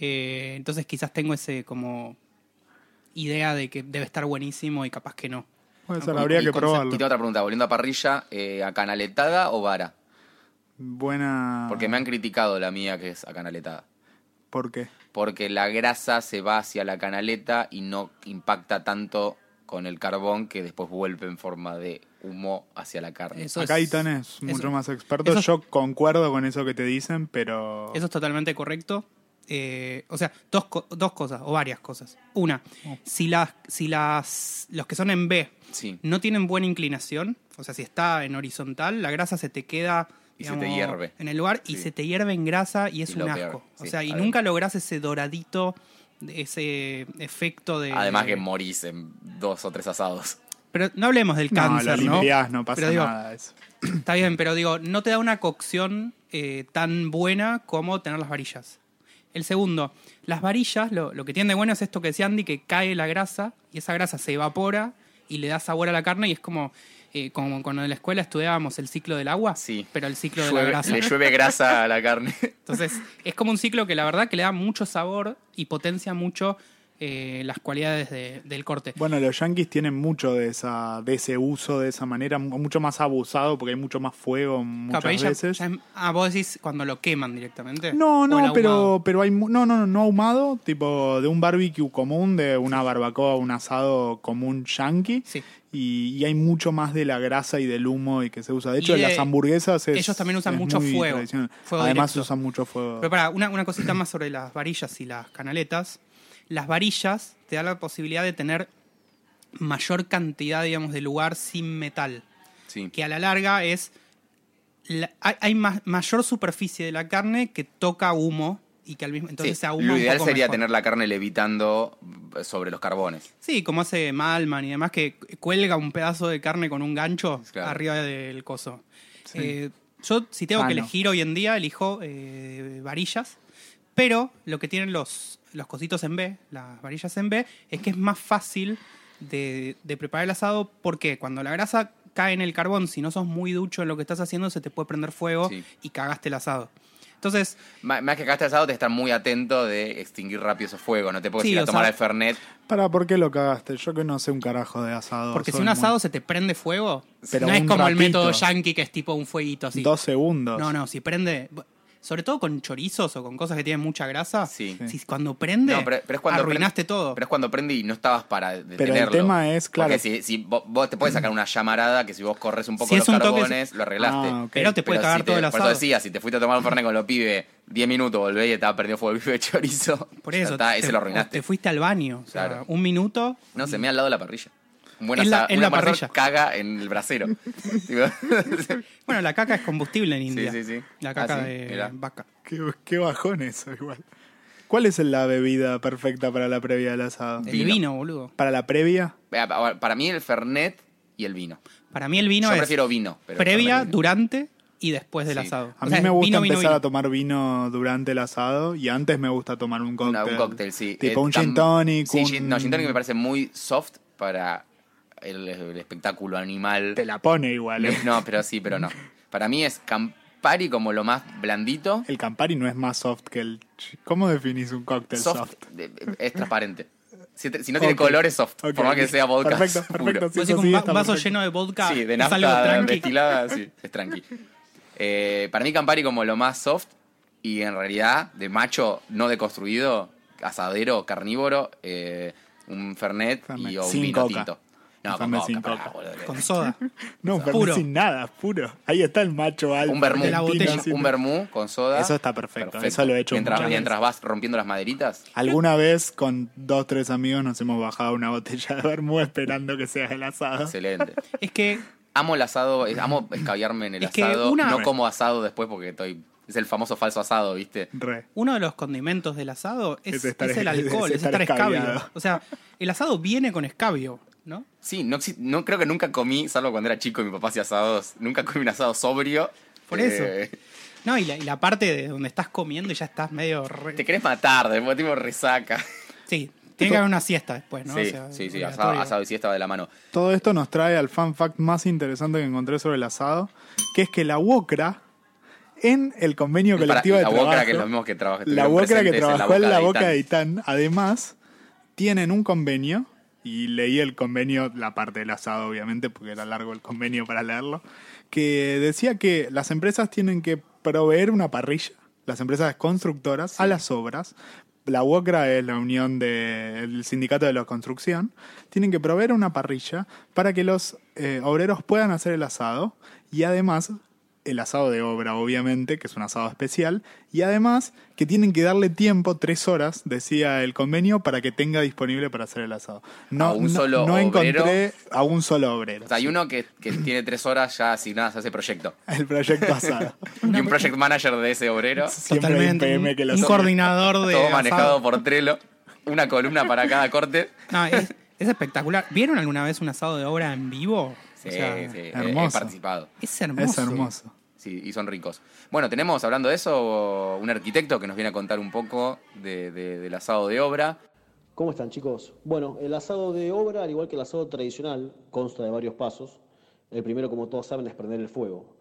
Eh, entonces quizás tengo ese como idea de que debe estar buenísimo y capaz que no.
Puede ser, <laughs>
Y-
habría
y
que
concepto.
probarlo.
Y tengo otra pregunta, volviendo a parrilla, eh, ¿acanaletada o vara?
Buena.
Porque me han criticado la mía que es acanaletada.
¿Por qué?
Porque la grasa se va hacia la canaleta y no impacta tanto con el carbón que después vuelve en forma de humo hacia la carne.
Eso
Acá
es-
Itán es mucho
eso-
más experto.
eso es-
Yo concuerdo con eso que te dicen, pero.
Eso es totalmente correcto. Eh, o sea, dos, co- dos cosas o varias cosas. Una, si, las, si las, los que son en B
Sí.
no tienen buena inclinación, o sea, si está en horizontal, la grasa se te queda
Y se te hierve.
en el lugar y
Sí.
se te hierve en grasa y es
Y
un
lo
asco.
peor,
O
sí,
sea, y
además.
nunca lográs ese doradito, ese efecto de...
Además que morís en dos o tres asados.
Pero no hablemos del
No, lo
cáncer, ¿no?
limpiás, no pasa
Pero digo,
nada. de Eso.
Está bien, pero digo, no te da una cocción eh, tan buena como tener las varillas. El segundo, las varillas, lo, lo que tiene de bueno es esto que decía Andy, que cae la grasa y esa grasa se evapora y le da sabor a la carne y es como, eh, como cuando en la escuela estudiábamos el ciclo del agua,
Sí.
pero el ciclo de la
Llueve-
grasa.
le llueve grasa a la
<laughs>
carne.
Entonces, es como un ciclo que la verdad que le da mucho sabor y potencia mucho eh, las cualidades de- del corte.
Bueno, los yanquis tienen mucho de esa de ese uso, de esa manera, mu- mucho más abusado porque hay mucho más fuego muchas
Capaz ya-
veces.
ya em- ah, vos decís cuando lo queman directamente. o
No,
el
no,
ahumado.
pero, pero hay. mu- No, no, no, no ahumado, tipo de un barbecue común, de una barbacoa, un asado común yanqui.
Sí.
Y, y hay mucho más de la grasa y del humo y que se usa. De
Y
hecho, en
de-
las hamburguesas es-
ellos también usan
es
mucho
muy
fuego,
tradicional.
fuego
Además,
directo.
usan mucho fuego.
Pero para, una, una cosita más sobre las varillas y las canaletas. Las varillas te dan la posibilidad de tener mayor cantidad, digamos, de lugar sin metal.
Sí.
Que a la larga es. la- hay hay ma- mayor superficie de la carne que toca humo y que al mismo. Entonces
Sí,
se ahuma
Lo
un
ideal
poco
sería
mejor.
tener la carne levitando eh, sobre los carbones.
Sí, como hace Malman y demás, que cuelga un pedazo de carne con un gancho
Claro.
arriba del coso.
Sí. Ah,
Eh, yo, si tengo que
Sano.
elegir hoy en día, elijo eh, varillas, pero lo que tienen los, los cositos en B, las varillas en B, es que es más fácil de, de preparar el asado porque cuando la grasa cae en el carbón, si no sos muy ducho en lo que estás haciendo, se te puede prender fuego
Sí.
y cagaste el asado. Entonces,
Ma- Más que acá este asado, te estar muy atento de extinguir rápido esos fuegos. No te puedes
Sí,
ir a
o
tomar
sea-
el Fernet.
Para, ¿por qué lo cagaste? Yo que no sé un carajo de asado.
porque si
soy
un
muy-
asado se te prende fuego,
Pero
no es
un
como el
ratito.
método yankee que es tipo un fueguito así.
Dos segundos.
No, no, si prende. Sobre todo con chorizos o con cosas que tienen mucha grasa.
Sí.
Si cuando prende,
No, pero- pero es cuando
arruinaste todo.
Pero es cuando prendí y no estabas para detenerlo.
tema es, claro.
Porque si, si vos, vos te puedes sacar una llamarada que si vos corres un poco
Si es
los
un toque-
carbones, lo arreglaste.
Ah, ok.
Pero te puede cagar
si
todo el
Por
asado.
eso decía, si te fuiste a tomar un fernet con los pibes 10 minutos, volvés y estaba perdido fuego el pibe de chorizo.
<laughs> Por
ya
eso.
está, ese
te,
lo
te
arruinaste.
fuiste al baño. o sea,
Claro.
un minuto.
No, se me ha al lado de la parrilla. Un buen
En la-
asado-
en
una
la
persona
parrilla.
caga en el brasero.
<laughs>
Digo, <laughs>
Bueno, la caca es combustible en India.
sí, sí.
La caca
Ah, sí,
de
mirá.
vaca.
Qué, qué bajón eso, igual. ¿Cuál es la bebida perfecta para la previa del asado?
El
Vino.
vino, boludo.
¿Para la previa?
para para mí el fernet y el vino.
Para mí el vino
Yo
es
prefiero vino. pero el
previa,
fernet y vino.
durante y después del
Sí.
asado.
A
O
mí
sea,
me
es
gusta
vino, vino,
empezar
vino.
a tomar vino durante el asado y antes me gusta tomar un
Una-
cóctel.
un cóctel, sí.
Tipo
Eh,
un
tam-
gin tonic.
Sí, gin- no,
un-
gin tonic me parece muy soft para el, el espectáculo animal.
Te la pone igual. eh.
No, pero sí, pero no. Para mí es Campari como lo más blandito.
El Campari no es más soft que el... ¿Cómo definís un cóctel soft?
Soft, eh, eh, es transparente. Si, te- si no tiene
Ok.
color es soft,
Ok,
por más que
ok.
sea vodka. <laughs>
Perfecto,
puro.
perfecto, sí.
Vos
Eso
decís, un va-
está
vaso
perfecto.
lleno de vodka.
Sí, de
es algo
nafta
tranqui.
destilada,
<laughs>
sí, es tranqui. Eh, para mí Campari como lo más soft y en realidad de macho no deconstruido, asadero, carnívoro, eh, un fernet,
Fernet.
y o un
Sin
vino
coca.
tinto. No,
Un
con
fernet
coca,
sin
pará,
coca.
boludo.
Con soda.
No, un
Puro.
Fernet sin nada, puro. Ahí está el macho alto.
Un vermú,
De la
argentino,
botella.
sin-
un vermú con soda.
Eso está perfecto, eso lo he hecho
mientras,
muchas veces. Ah.
mientras vas rompiendo las maderitas.
Alguna vez con dos, tres amigos nos hemos bajado una botella de vermú esperando que sea el asado.
Excelente.
Es que
Amo el asado, es- amo escabiarme en el
Es que
asado.
una-
No como asado después porque estoy. Es el famoso falso asado, ¿viste?
Re.
Uno de los condimentos del asado es,
Es estar-
es el alcohol,
es
es,
estar
estar escabio.
escabiado.
O sea, el asado viene con escabio, ¿no?
Sí, no, exi- no creo que nunca comí, salvo cuando era chico y mi papá hacía asados. Nunca comí un asado sobrio. Eh,
Por No, y la, y la parte de donde estás comiendo y ya estás medio... re-
Te querés matar, después tipo resaca.
Sí, tiene que haber una siesta después, ¿no?
sí,
O sea,
sí, sí, asado,
obligatorio.
asado y siesta va de la mano.
Todo esto nos trae al fan fact más interesante que encontré sobre el asado, que es que la UOCRA, en el convenio
Para-
colectivo de
la
trabajo,
Wokra, que es lo mismo que trabaja.
la
estuvieron
UOCRA que
presentes en
trabajó en la boca de
Itán.
Itán, además, tienen un convenio, y leí el convenio, la parte del asado obviamente, porque era largo el convenio para leerlo, que decía que las empresas tienen que proveer una parrilla, las empresas constructoras, a las obras. La UOCRA es la unión del sindicato de la construcción. Tienen que proveer una parrilla para que los eh, obreros puedan hacer el asado y además el asado de obra, obviamente, que es un asado especial, y además que tienen que darle tiempo, tres horas, decía el convenio, para que tenga disponible para hacer el asado. No,
A un
no-
solo
no
obrero.
encontré a un solo obrero.
O sea, hay uno que, que tiene tres horas ya asignadas a ese proyecto.
El proyecto
<laughs>
asado.
y un project manager de ese obrero.
Siempre hay un
Totalmente.
PM
un-
que lo
un
hace.
coordinador de.
Todo
asado.
manejado por Trello. Una columna para cada corte.
No, es, es espectacular. ¿Vieron alguna vez un asado de obra en vivo? O
Sí,
sea,
sí, he- He
hermoso.
participado.
Es hermoso.
Es hermoso.
Sí, y son ricos. Bueno, tenemos, hablando de eso, un arquitecto que nos viene a contar un poco de- de- del asado de obra.
¿Cómo están chicos? Bueno, el asado de obra, al igual que el asado tradicional, consta de varios pasos. El primero, como todos saben, es prender el fuego.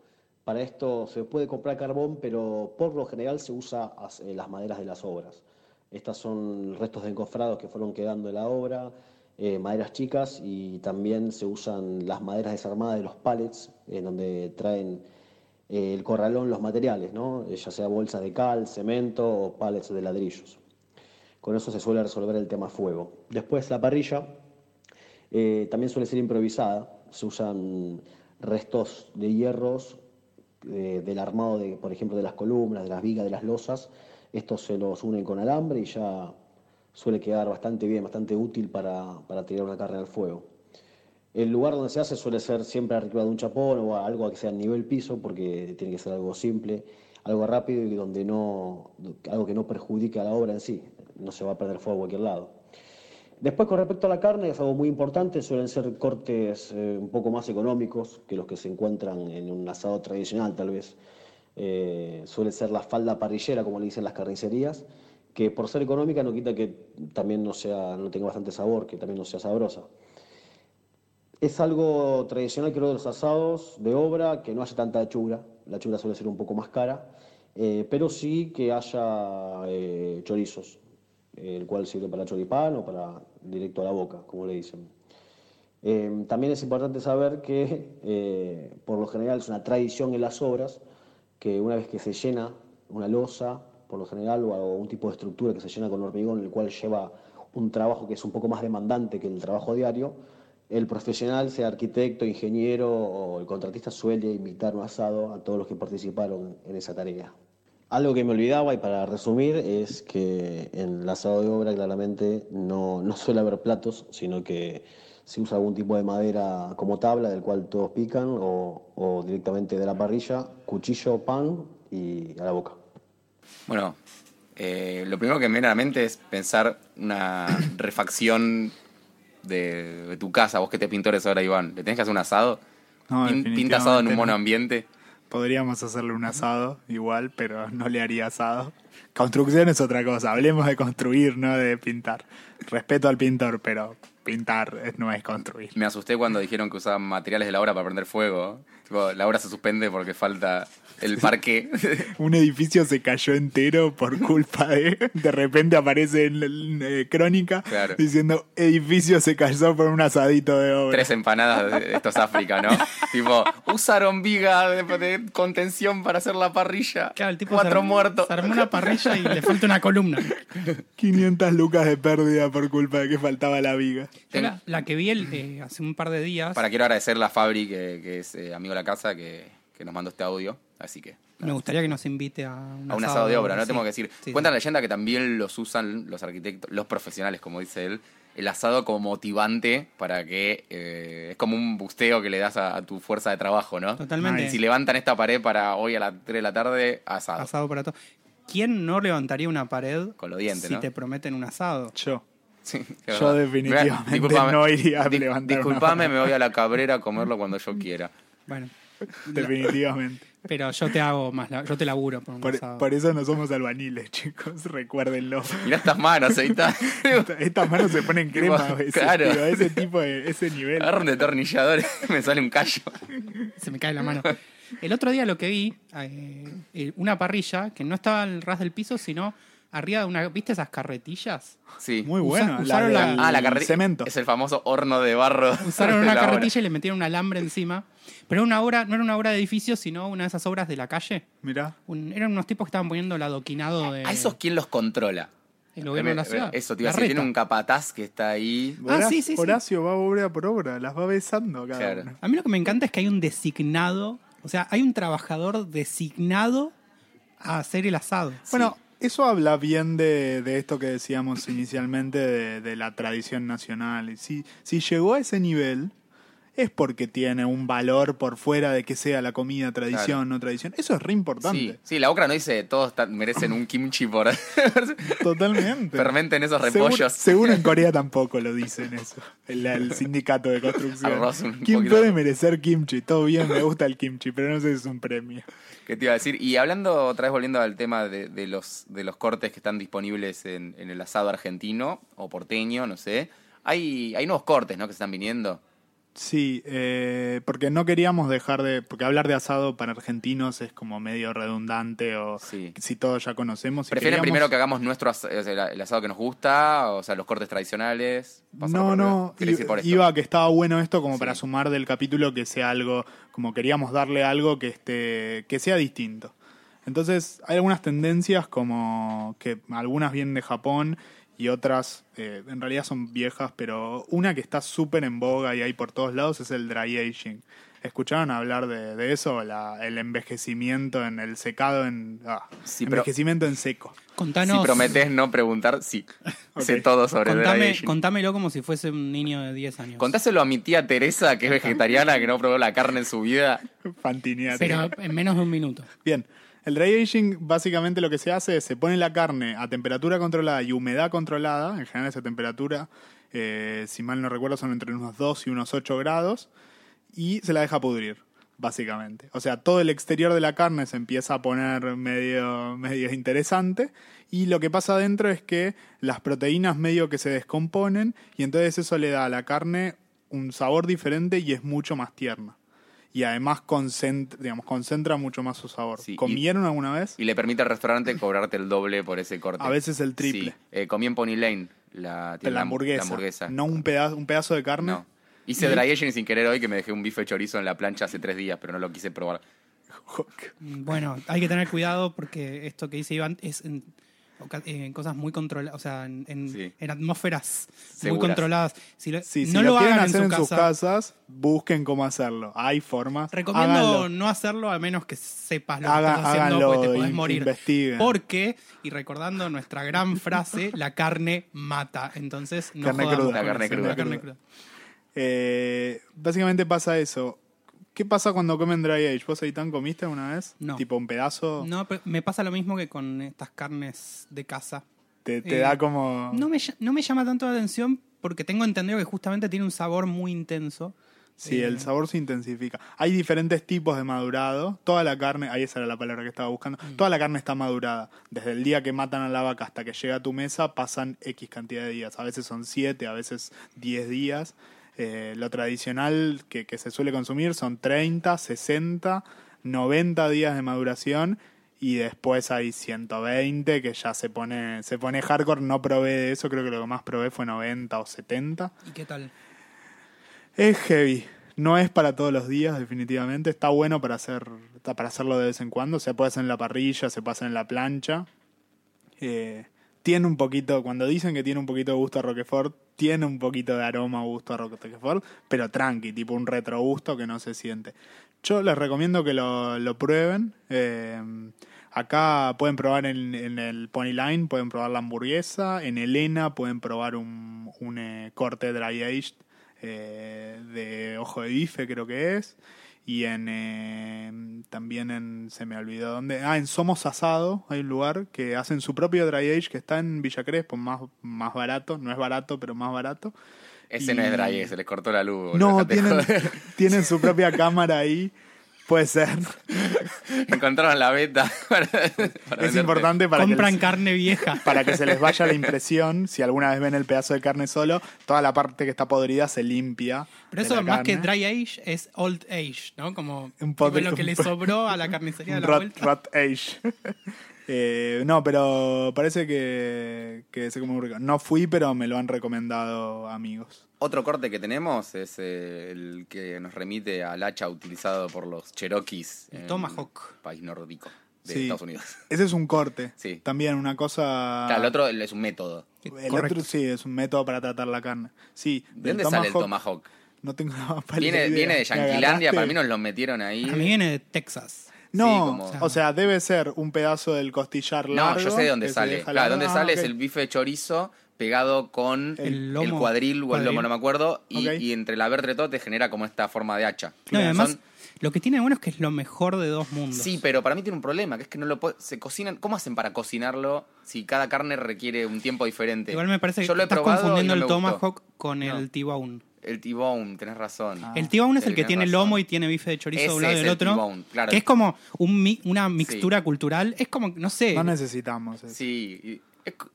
Para esto se puede comprar carbón, pero por lo general se usa as- eh, las maderas de las obras. Estas son restos de encofrados que fueron quedando en la obra, eh, maderas chicas y también se usan las maderas desarmadas de los pallets, en donde traen eh, el corralón los materiales, ¿no? Eh, ya sea bolsas de cal, cemento o pallets de ladrillos. Con eso se suele resolver el tema fuego. Después la parrilla eh, también suele ser improvisada. Se usan restos de hierros eh, del armado, de, por ejemplo, de las columnas, de las vigas, de las losas. Estos se los unen con alambre y ya suele quedar bastante bien, bastante útil para, para tirar una carne al fuego. El lugar donde se hace suele ser siempre arriba de un chapón o algo que sea a nivel piso, porque tiene que ser algo simple, algo rápido y donde no, algo que no perjudique a la obra en sí. No se va a perder fuego a cualquier lado. Después, con respecto a la carne, es algo muy importante, suelen ser cortes eh, un poco más económicos que los que se encuentran en un asado tradicional, tal vez. Eh, suele ser la falda parrillera, como le dicen las carnicerías, que por ser económica no quita que también no, sea, no tenga bastante sabor, que también no sea sabrosa. Es algo tradicional, creo, de los asados de obra, que no haya tanta achura. La achura suele ser un poco más cara, eh, pero sí que haya eh, chorizos, el cual sirve para choripán o para directo a la boca, como le dicen. Eh, también es importante saber que, eh, por lo general, es una tradición en las obras que una vez que se llena una losa, por lo general, o algún tipo de estructura que se llena con hormigón, el cual lleva un trabajo que es un poco más demandante que el trabajo diario, el profesional, sea arquitecto, ingeniero o el contratista, suele invitar un asado a todos los que participaron en esa tarea. Algo que me olvidaba y para resumir es que en el asado de obra claramente no, no suele haber platos, sino que se usa algún tipo de madera como tabla del cual todos pican o, o directamente de la parrilla, cuchillo, pan y a la boca.
Bueno, eh, lo primero que me viene a la mente es pensar una <coughs> refacción de, de tu casa. Vos que te pintores ahora, Iván, ¿le tenés que hacer un asado?
No,
Pin-
definitivamente
pinta asado en un
no.
mono ambiente.
Podríamos hacerle un asado igual, pero no le haría asado. Construcción es otra cosa. Hablemos de construir, no de pintar. Respeto al pintor, pero pintar es- no es construir.
Me asusté cuando dijeron que usaban materiales de la obra para prender fuego. Tipo, la obra se suspende porque falta
<laughs>
el parque.
Un edificio se cayó entero por culpa de. De repente aparece en, el- eh, crónica
Claro.
diciendo: edificio se cayó por un asadito de obra.
Tres empanadas de estos África, ¿no? tipo, usaron viga de, de contención para hacer la parrilla.
Claro, el tipo se
Cuatro
arm-
muertos.
Se armó una parrilla y le falta
<laughs>
una columna. Yo
500 lucas de pérdida por culpa de que faltaba la viga.
Tengo-
la, la que vi el- eh, hace un par de
<laughs>
días
Para quiero agradecerle a Fabri, que, que es eh, amigo de la casa, que, que nos mandó este audio. Así que.
me gustaría que nos invite a un,
a un asado de obra, ¿no?
sí.
Tengo que decir.
Sí,
Cuenta
sí.
la leyenda que también los usan los arquitectos, los profesionales, como dice él, el asado como motivante para que. eh, es como un busteo que le das a, a tu fuerza de trabajo, ¿no?
Totalmente.
Y si levantan esta pared para hoy a las 3 de la tarde, asado.
Asado para todo. ¿Quién no levantaría una pared
Con los dientes,
si
¿no?
te prometen un asado?
Yo.
Sí, es
Yo
verdad.
definitivamente
Mira,
no iría a
di-
levantar una
Disculpame,
pared.
me voy a la cabrera a comerlo cuando yo quiera.
Bueno,
<laughs> Definitivamente.
pero yo te hago más, la- yo te laburo por un
Por,
asado.
por eso no somos albañiles, <laughs> chicos. Recuérdenlo.
Mirá estas manos, ahí
<laughs>
está.
Esta- Estas manos se ponen crema a
<laughs>
veces.
Claro.
tío, a ese tipo de ese nivel.
Agarro un detornillador y me sale un callo.
Se me cae la mano. El otro día lo que vi, eh, eh, una parrilla que no estaba al ras del piso, sino arriba de una. ¿Viste esas carretillas?
Sí.
Muy
Usa-
bueno.
usaron la-
del
ah, la carretilla.
Cemento.
Es el famoso horno de barro. <laughs>
Usaron
de
una
la obra.
carretilla y le metieron un alambre encima. Pero era una obra, no era una obra de edificio, sino una de esas obras de la calle.
Mirá.
Un- eran unos tipos que estaban poniendo el adoquinado de
¿A Ah, esos quién los controla?
el gobierno de la ciudad.
Eso, te iba a
La
decir,
reta.
tiene un capataz que está ahí.
Ah,
Horacio-
sí, sí, sí.
Horacio va obra por obra, las va besando cada
Claro.
uno.
A mí lo que me encanta es que hay un designado, o sea, hay un trabajador designado a hacer el asado.
Bueno, eso habla bien de, de esto que decíamos inicialmente de, de la tradición nacional. Y Si, si llegó a ese nivel, es porque tiene un valor por fuera de que sea la comida tradición,
Claro.
no tradición. Eso es re
Sí,
importante.
sí, la Ocra no dice todos ta- merecen un kimchi por.
<laughs> Totalmente.
Fermenten esos
Seguro-
repollos.
Seguro
<laughs>
en Corea tampoco lo dicen eso. El, el sindicato de construcción.
Arroz un
¿Quién
poquito.
puede merecer kimchi? Todo bien, me gusta el kimchi, pero no sé si es un premio.
¿Qué te iba a decir? Y hablando otra vez, volviendo al tema de, de los, de los cortes que están disponibles en, en el asado argentino o porteño, no sé. Hay, hay nuevos cortes, ¿no? Que se están viniendo.
Sí, eh, porque no queríamos dejar de. Porque hablar de asado para argentinos es como medio redundante o
Sí.
si todos ya conocemos. y
¿Prefieren
queríamos-
primero que hagamos nuestro as- o sea, la- el asado que nos gusta? O sea, los cortes tradicionales. Pasar
No,
por-
no,
¿Querés
i-
ir por esto?
iba a que estaba bueno esto como
Sí.
para sumar del capítulo que sea algo, como queríamos darle algo que esté, que sea distinto. Entonces, hay algunas tendencias como que algunas vienen de Japón y otras eh, en realidad son viejas, pero una que está súper en boga y hay por todos lados es el dry aging. ¿Escucharon hablar de, de eso? La- el envejecimiento en el secado en... ah,
Sí, pero-
envejecimiento en seco. <laughs>
Contanos.
Si prometes no preguntar, sí.
Ok.
Sé todo sobre el
contame- contámelo como si fuese un niño de 10 años.
Contáselo a mi tía Teresa, que es vegetariana, que no probó la carne en su vida.
Fantineate.
Pero en menos de un minuto.
Bien. El dry aging básicamente lo que se hace es se pone la carne a temperatura controlada y humedad controlada, en general esa temperatura, eh, si mal no recuerdo, son entre unos 2 y unos 8 grados, y se la deja pudrir, básicamente. O sea, todo el exterior de la carne se empieza a poner medio, medio interesante, y lo que pasa adentro es que las proteínas medio que se descomponen, y entonces eso le da a la carne un sabor diferente y es mucho más tierna. Y además concentra, digamos, concentra mucho más su sabor.
Sí, y-
¿Comieron alguna vez?
Y le permite al restaurante cobrarte el doble por ese corte.
A veces el triple.
Sí. Eh, comí en Pony Lane la,
la, hamburguesa, No un pedazo, un pedazo de carne.
No. Hice dry aging sin querer hoy que me dejé un bife chorizo en la plancha hace tres días, pero no lo quise probar.
Mm, Bueno, hay que tener cuidado porque esto que dice Iván es en, oca- en cosas muy controladas, o sea, en, en-
Sí.
en atmósferas muy
Seguras.
controladas. Si lo-
<laughs> Sí, si
no
lo,
lo,
quieren
hagan en,
hacer
su
en, sus
casa.
casas, busquen cómo hacerlo. Hay formas.
Recomiendo
Háganlo.
no hacerlo a menos que sepas lo
Haga-
que estás haciendo
háganlo,
porque te podés
in-
morir.
investiguen.
Porque, y recordando nuestra gran frase, <laughs> la carne mata. Entonces, no
Carne
jodamos
cruda.
con
La carne
eso,
cruda.
la carne cruda.
Eh, básicamente pasa eso. ¿Qué pasa cuando comen dry age? ¿Vos, Aitán, comiste alguna vez?
No.
Tipo un pedazo.
No, pero me pasa lo mismo que con estas carnes de casa.
Te, te
Eh,
da como.
No me, ll- no me llama tanto la atención porque tengo entendido que justamente tiene un sabor muy intenso.
Sí,
Eh,
el sabor se intensifica. Hay diferentes tipos de madurado. Toda la carne, ahí esa era la palabra que estaba buscando. Toda la carne está madurada. Desde el día que matan a la vaca hasta que llega a tu mesa pasan X cantidad de días. A veces son 7, a veces 10 días. Eh, lo tradicional que, que se suele consumir son 30, 60, 90 días de maduración. Y después hay 120 que ya se pone, se pone hardcore. No probé de eso, creo que lo que más probé fue 90 o 70.
¿Y qué tal?
Es heavy. No es para todos los días, definitivamente. Está bueno para hacer está para hacerlo de vez en cuando. Se puede hacer en la parrilla, se puede hacer en la plancha. Eh, tiene un poquito, cuando dicen que tiene un poquito de gusto a Roquefort, tiene un poquito de aroma o gusto a Roquefort, pero tranqui, tipo un retrogusto que no se siente. Yo les recomiendo que lo, lo prueben. Eh, Acá pueden probar en, en el Pony Line, pueden probar la hamburguesa, en Elena pueden probar un, un, eh, corte dry aged eh, de ojo de bife, creo que es. Y en eh, también en, se me olvidó dónde, ah, en Somos Asado hay un lugar que hacen su propio dry age que está en Villa Crespo, más, más barato, no es barato, pero más barato.
Ese
Y-
no es Drake, se le cortó la luz. boludo,
No,
dejate de
tienen,
joder.
<laughs> tienen su propia cámara ahí. Puede ser.
<laughs> Encontraron la beta. <laughs> para- para
es
venderte.
importante para que,
Compran
les-
carne vieja.
<laughs> para que se les vaya la impresión. Si alguna vez ven el pedazo de carne solo, toda la parte que está podrida se limpia.
Pero
de
eso
la
más que
carne.
dry age es old age, ¿no? Como
Un
tipo,
poco-
lo que
un
le
po-
sobró a la carnicería de
Un
la
Rat,
<laughs> vuelta.
rat age. Eh, no, pero parece que, que se come muy rico. No fui, pero me lo han recomendado amigos.
Otro corte que tenemos es eh, el que nos remite al hacha utilizado por los cherokees.
El
en
tomahawk.
País nórdico de
Sí.
Estados Unidos.
Ese es un corte.
Sí.
También una cosa.
Claro, el otro es un método.
el
Correcto.
otro sí, es un método para tratar la carne. Sí.
¿De
del
dónde sale el
tomahawk?
tomahawk?
No tengo la más pálida
Viene,
idea.
viene de
¿Me
Yanquilandia,
agarraste?
para mí nos lo metieron ahí.
A mí viene de Texas.
Sí,
No,
como-
o sea, debe ser un pedazo del costillar
No,
largo.
yo sé de dónde
que se
sale.
deja
Claro,
largo.
dónde
Ah,
sale
ok.
es el bife de chorizo pegado con
El
el,
lomo.
cuadril o el
Cuadril.
lomo, no me acuerdo. Y,
Ok.
y entre la todo te genera como esta forma de hacha.
No, y además,
Son-
lo que tiene bueno es que es lo mejor de dos mundos.
sí, pero para mí tiene un problema, que es que no lo po- se cocinan. ¿Cómo hacen para cocinarlo si cada carne requiere un tiempo diferente?
Igual me parece que
Yo lo he
estás
probado y
confundiendo
no
el
me gustó.
Tomahawk con el
No.
T-Bone.
El T-Bone, tenés razón.
Ah.
El T-Bone es el
Sí,
que
tenés
tiene
razón.
lomo y tiene bife de chorizo de un
Ese
lado y
es
del
el
otro.
T-bone, claro.
Que es como un mi- una mixtura cultural. Es como, no sé.
No necesitamos eso.
Sí. y- es cu-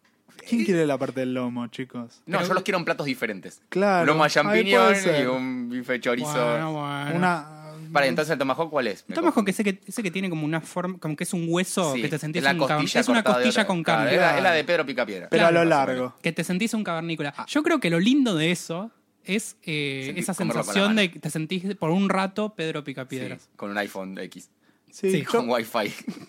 ¿Quién quiere la parte del lomo, chicos?
No,
Pero-
yo los quiero en platos diferentes.
Claro,
Lomo a
ahí puede
champiñón y
ser.
un bife de chorizo.
Bueno, bueno.
Una.
Para, entonces el tomahawk, ¿cuál es? Me
El Tomahawk ese que, ese que tiene como una forma, como que es un hueso
Sí,
que te sentís
es la
un
costilla
cavernícola. Es una
cortada de
costilla
otra-
con
claro,
carne.
Es la, ¿eh? es la de Pedro Picapiedra.
Pero a lo
Más o menos.
largo.
Que te sentís un cavernícola.
Ah.
Yo creo que lo lindo de eso es eh,
Sentí-
esa
comerlo con la
sensación
mano.
de que te sentís por un rato Pedro
Sí,
Picapiedras.
con un iPhone X.
Sí,
Sí,
yo-
Con Wi-Fi.
<laughs>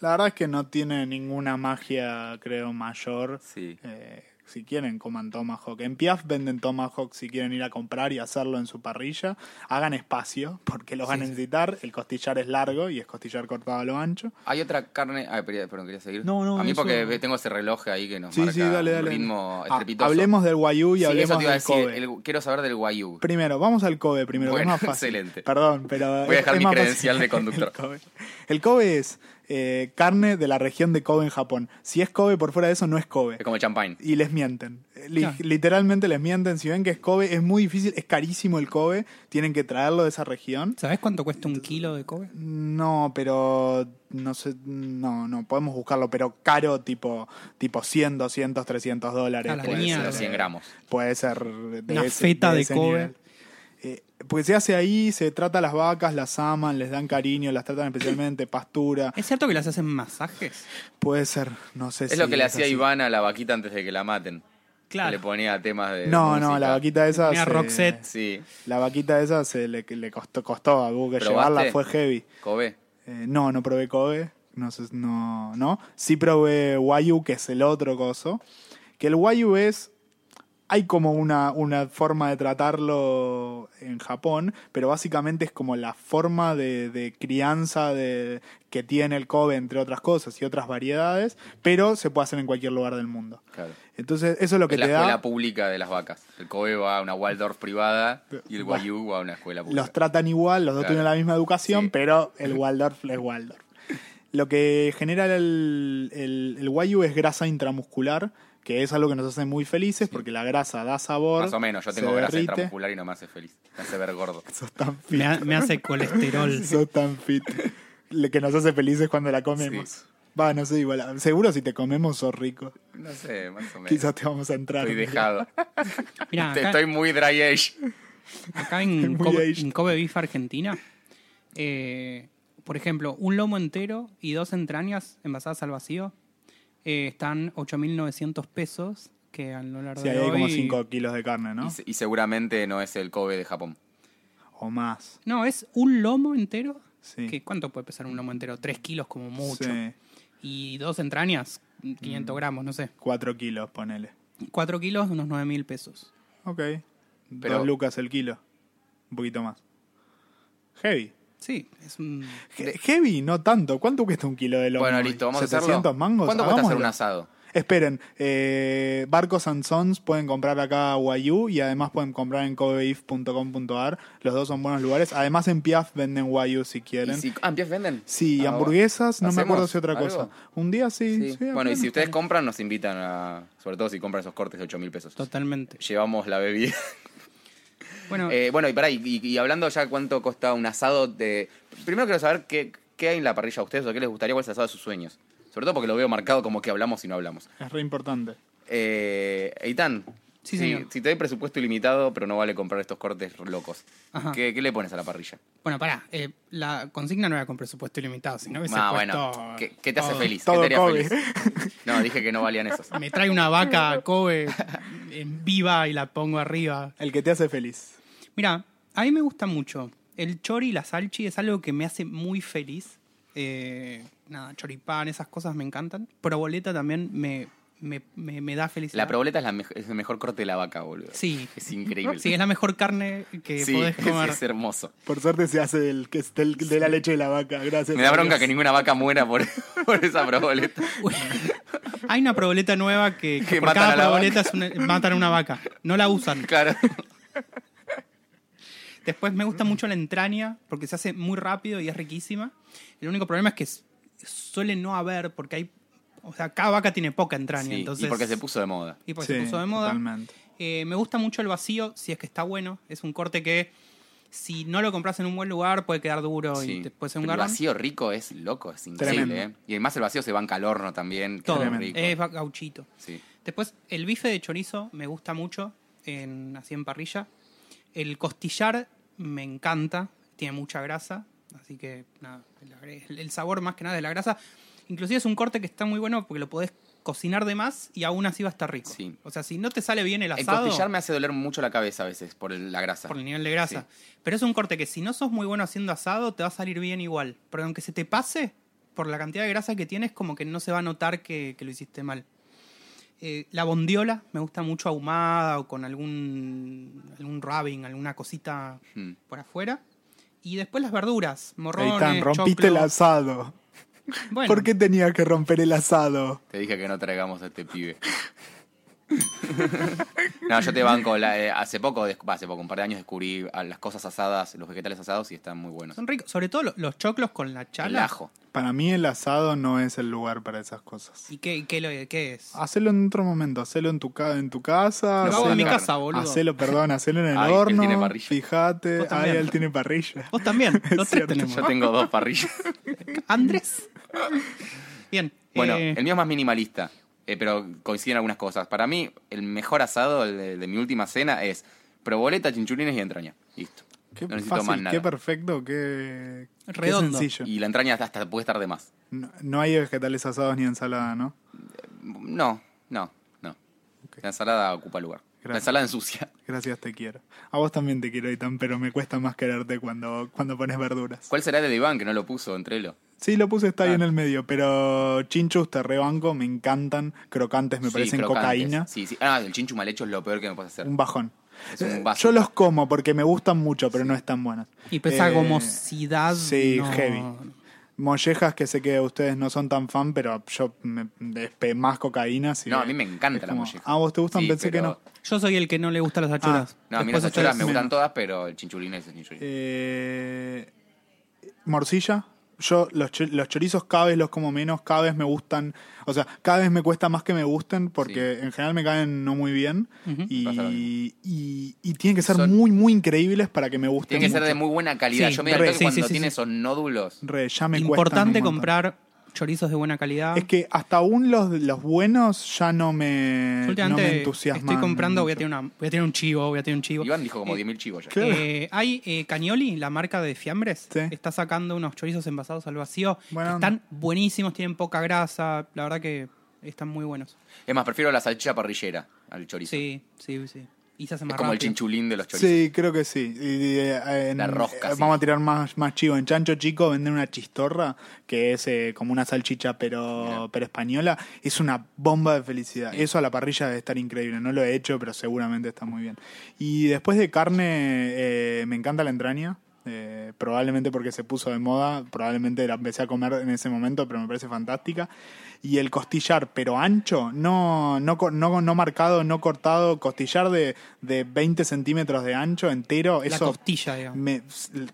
la verdad es que no tiene ninguna magia, creo, mayor.
Sí.
Eh, si quieren, coman Tomahawk. En Piaf venden Tomahawk si quieren ir a comprar y hacerlo en su parrilla. Hagan espacio, porque los van a necesitar. El costillar es largo y es costillar cortado a lo ancho.
Hay otra carne. Ay, pero- perdón, quería seguir.
No, no,
A mí,
eso-
porque ve- tengo ese reloj ahí que nos
Sí,
marca
sí, dale, dale.
un ritmo
Ah,
estrepitoso.
hablemos del Wayú y
Sí, eso
hablemos
te iba a
del
decir,
Kobe.
el- quiero saber del Wayuu.
Primero, vamos al Kobe primero, que
Bueno,
es más fácil.
excelente.
Perdón, pero.
Voy a
es-
dejar
es
mi
más
credencial de
fácil.
conductor.
<laughs> El Kobe, El Kobe es eh, carne de la región de Kobe en Japón. Si es Kobe por fuera de eso, no es Kobe.
Es como champagne.
Y les mienten. Li-
Claro.
Literalmente les mienten. Si ven que es Kobe, es muy difícil, es carísimo el Kobe. Tienen que traerlo de esa región.
¿Sabés cuánto cuesta un kilo de Kobe?
No, pero no sé, no, no, podemos buscarlo, pero caro tipo tipo 100, 200, 300 dólares.
A la
puede
Puede ser
mierda.
ser.
100 gramos.
Puede ser de
Una
ese-
feta de
ese
Kobe.
nivel. Eh, porque se hace ahí, se trata a las vacas, las aman, les dan cariño, las tratan especialmente, pastura.
¿Es cierto que las hacen masajes?
Puede ser, no sé si.
Es lo que le hacía
así.
Iván a la vaquita antes de que la maten. Le
Claro.
ponía temas de.
No, no,
eh, música.
la vaquita esa.
Mira,
se-
Roxette.
Sí.
La vaquita esa se le, le costó, costó a Hugo que
¿Probaste?
llevarla, fue heavy.
Kobe.
Eh, no, no probé Kobe. No sé, no, no. Sí probé Wayu, que es el otro coso. Que el Wayu es. Hay como una, una forma de tratarlo en Japón, pero básicamente es como la forma de, de crianza de, que tiene el Kobe, entre otras cosas, y otras variedades, pero se puede hacer en cualquier lugar del mundo.
Claro.
Entonces, eso es lo que
Es la
te
escuela
da.
pública de las vacas. El Kobe va a una Waldorf privada y el
Bah.
Wayuu va a una escuela pública.
Los tratan igual, los dos
Claro.
tienen la misma educación,
Sí.
pero el Waldorf es Waldorf. Lo que genera el, el, el Wagyu es grasa intramuscular, que es algo que nos hace muy felices porque la grasa da sabor.
Más o menos, yo
se
tengo grasa
derrite.
intramuscular y no me hace feliz. Me hace ver gordo.
Sos tan fit.
Me, ha- me
<laughs>
hace colesterol.
Sos tan fit. Lo que nos hace felices cuando la comemos.
Sí.
Va, no sé, igual. Seguro si te comemos sos rico.
No sé, más o menos.
Quizás te vamos a entrar.
Estoy
un día.
dejado.
Mirá,
Te-
acá,
Estoy muy dry age.
acá en,
<laughs> muy
Kobe,
aged.
en Kobe Beef Argentina, eh, por ejemplo, un lomo entero y dos entrañas envasadas al vacío eh, están 8.900 pesos, que al dólar de
Sí, ahí hay
hoy...
como 5 kilos de carne,
Y
¿no?
se- Y, seguramente no es el Kobe de Japón.
O más.
No, es un lomo entero.
Sí.
que ¿Cuánto puede pesar un lomo entero? 3 kilos como mucho.
Sí,
Y dos entrañas, 500
Mm.
gramos, no sé.
4 kilos, ponele.
4 kilos, unos 9 mil pesos.
Ok.
Pero-
Dos lucas el kilo. Un poquito más. Heavy.
Sí, es un...
He- Heavy, no tanto. ¿Cuánto cuesta un kilo de lomo?
Bueno,
hoy?
listo, vamos a hacerlo.
700 mangos.
¿Cuánto cuesta hacer un
Hagámoslo.
asado?
Esperen, eh, Barcos and Sons pueden comprar acá a Wayu y además pueden comprar en kobeif.com.ar. Los dos son buenos lugares. Además en Piaf venden Wayu si
¿Y
quieren.
si, ah, ¿empiezas venden?
Sí,
Ah,
hamburguesas, no me
¿hacemos
acuerdo si otra
algo?
cosa. Un día sí.
Sí.
sí,
bueno, y si
está
ustedes compran, nos invitan a. Sobre todo si compran esos cortes de 8 mil pesos.
Totalmente.
Llevamos la bebida.
<laughs> Bueno,
Eh, bueno, y pará, y, y- y hablando ya cuánto cuesta un asado de. Primero quiero saber qué, qué hay en la parrilla a ustedes o qué les gustaría, cuál es el asado de sus sueños. Sobre todo porque lo veo marcado como que hablamos y no hablamos.
bien. Es re importante.
Eh, Eitan,
Sí,
si-
señor.
si te doy presupuesto ilimitado, pero no vale comprar estos cortes locos,
Ajá.
¿qué, qué le pones a la parrilla?
bueno, pará. eh, la consigna no era con presupuesto ilimitado, sino que Pues se
Ah,
puesto
bueno, ¿qué, qué te hace
todo.
feliz? ¿Qué
Todo
te haría
Kobe.
feliz? No, dije que no valían esos.
Me trae una vaca Kobe en viva y la pongo arriba.
El que te hace feliz.
Mira, a mí me gusta mucho. El chori y la salchi es algo que me hace muy feliz. Eh, nada, choripán, esas cosas me encantan. Proboleta también me, me, me- me da felicidad.
La proboleta es, la mej- es el mejor corte de la vaca, boludo.
Sí.
Es increíble.
Sí, es la mejor carne
<laughs>
que
Sí,
podés
es-
comer.
es hermoso.
Por suerte se hace el que es del- de la leche de la vaca. Gracias.
Me da
a
bronca
Dios.
que ninguna vaca muera por, <laughs> por esa proboleta.
<laughs> Hay una proboleta nueva que, que
Que
por
matan
cada
a la
proboleta es una-
<laughs>
matan a una vaca. No la usan.
Claro.
Después me gusta mucho la entraña porque se hace muy rápido y es riquísima. El único problema es que s- suele no haber porque hay... O sea, cada vaca tiene poca entraña.
Sí,
entonces,
Y porque se puso de moda.
y porque se
Sí,
puso de moda.
totalmente.
Eh, me gusta mucho el vacío, si es que está bueno. Es un corte que si no lo compras en un buen lugar puede quedar duro
Sí.
y te puede ser un
Pero el
garrón.
vacío rico es loco, es increíble.
Tremendo.
¿eh? Y además el vacío se banca al horno también. que
Todo.
es muy
Tremendo.
rico.
Es va- gauchito.
Sí.
Después, el bife de chorizo me gusta mucho, en, así en parrilla. El costillar me encanta, tiene mucha grasa, así que nada, el agre- el, el sabor más que nada de la grasa. Inclusive es un corte que está muy bueno porque lo podés cocinar de más y aún así va a estar rico.
Sí.
O sea, si no te sale bien el
El
asado
costillar me hace doler mucho la cabeza a veces por el- la grasa.
por el nivel de grasa, pero es un corte que si no sos muy bueno haciendo asado te va a salir bien igual, porque aunque se te pase por la cantidad de grasa que tienes como que no se va a notar que, que lo hiciste mal. Eh, la bondiola me gusta mucho ahumada o con algún, algún rubbing, alguna cosita
Mm.
por afuera. Y después las verduras, morrones,
Eitan, rompiste
choclo.
el asado.
Bueno,
¿Por qué tenía que romper el asado?
Te dije que no traigamos a este pibe. <laughs> no, yo te banco. la- eh, hace poco, des- va, hace poco, un par de años descubrí a las cosas asadas, los vegetales asados y están muy buenos.
son ricos. Sobre todo lo- los choclos con la
El
chala.
ajo.
Para mí el asado no es el lugar para esas cosas.
¿Y qué, y qué, lo- qué es?
Ah,
Hacelo en otro momento, hacelo en tu, ca- en tu casa.
Lo hago en mi
hacelo-
casa, boludo.
Hacelo, perdón, hacelo en el
Ay, él
horno.
tiene parrilla.
Fíjate,
Vos
ay,
también.
él tiene parrilla.
Vos también,
<laughs>
los tres
cierto.
tenemos.
Yo tengo dos
<laughs>
parrillas.
Andrés. Bien.
Bueno,
eh,
el mío es más minimalista, eh, pero coinciden algunas cosas. Para mí, el mejor asado el de, de mi última cena es proboleta, chinchulines y entraña. Listo.
Qué
no necesito
fácil,
más nada.
qué perfecto, qué, qué
Redondo.
sencillo.
y la entraña hasta- hasta puede estar de más.
No, no hay vegetales asados ni ensalada, ¿no?
No, no, no.
Ok.
La ensalada ocupa lugar. La
Gracias.
ensalada ensucia.
Gracias, te quiero. A vos también te quiero, Itan, pero me cuesta más quererte cuando, cuando pones verduras.
¿Cuál será el de Iván que no lo puso entre los?
Sí, lo puse está ahí
Ah.
en el medio, pero chinchus te rebanco, me encantan. Crocantes me
Sí,
parecen
crocantes.
cocaína.
Sí, sí. Ah, el chinchu mal hecho es lo peor que me puedes hacer.
Un bajón.
Es un
Eh,
vaso.
Yo los como porque me gustan mucho, pero no están buenas.
Y pesa
Eh,
gomosidad.
Sí,
no.
heavy. Mollejas que sé que ustedes no son tan fan, pero yo me, despe- más cocaína. sí.
No, a mí me encanta
Es
la molleja.
Ah, ¿vos te gustan?
Sí,
Pensé
pero-
que no.
Yo soy el que no le gusta
Ah,
las achuras.
No, a mí
Después
las achuras
ustedes-
me gustan
menos.
todas, pero el chinchulín es el chinchulín.
Eh, morcilla. Yo los, cho- los chorizos cada vez los como menos, cada vez me gustan, o sea, cada vez me cuesta más que me gusten porque en general me caen no muy bien
Me pasa lo
y, y- y tienen que ser
Son-
muy, muy increíbles para que me gusten.
Tiene que ser de
mucho.
muy buena calidad.
Sí,
Yo me doy
re-
cuenta que
sí, sí,
cuando
sí,
tiene
sí.
esos nódulos.
Re, ya me cuestan
Importante
un montón.
comprar chorizos de buena calidad.
Es que hasta aún los, los buenos ya no me,
Yo
no me
últimamente
entusiasman.
estoy comprando, voy a,
mucho.
tener una, voy a tener un chivo, voy a tener un chivo.
Iván dijo como
Eh,
10.000 chivos ya.
Claro.
Eh, hay eh, Cañoli, la marca de fiambres,
Sí.
está sacando unos chorizos envasados al vacío. que
Buena onda.
están buenísimos, tienen poca grasa, la verdad que están muy buenos.
Es más, prefiero la salchicha parrillera al chorizo.
Sí, sí, sí. Y se hacen
es
más
como el
rápido.
chinchulín de los chorizos.
Sí, creo que sí. Y, y, eh, en-
La rosca,
eh,
sí.
Vamos a tirar más, más chivo. En Chancho Chico venden una chistorra, que es eh, como una salchicha pero,
Mirá.
pero española. Es una bomba de felicidad.
Sí.
Eso a la parrilla debe estar increíble. No lo he hecho, pero seguramente está muy bien. Y después de carne, eh, me encanta la entraña. eh, probablemente porque se puso de moda, probablemente la empecé a comer en ese momento, pero me parece fantástica. Y el costillar, pero ancho, no, no, co- no, no marcado, no cortado, costillar de, de 20 centímetros de ancho entero,
La
eso
costilla, digamos.
me,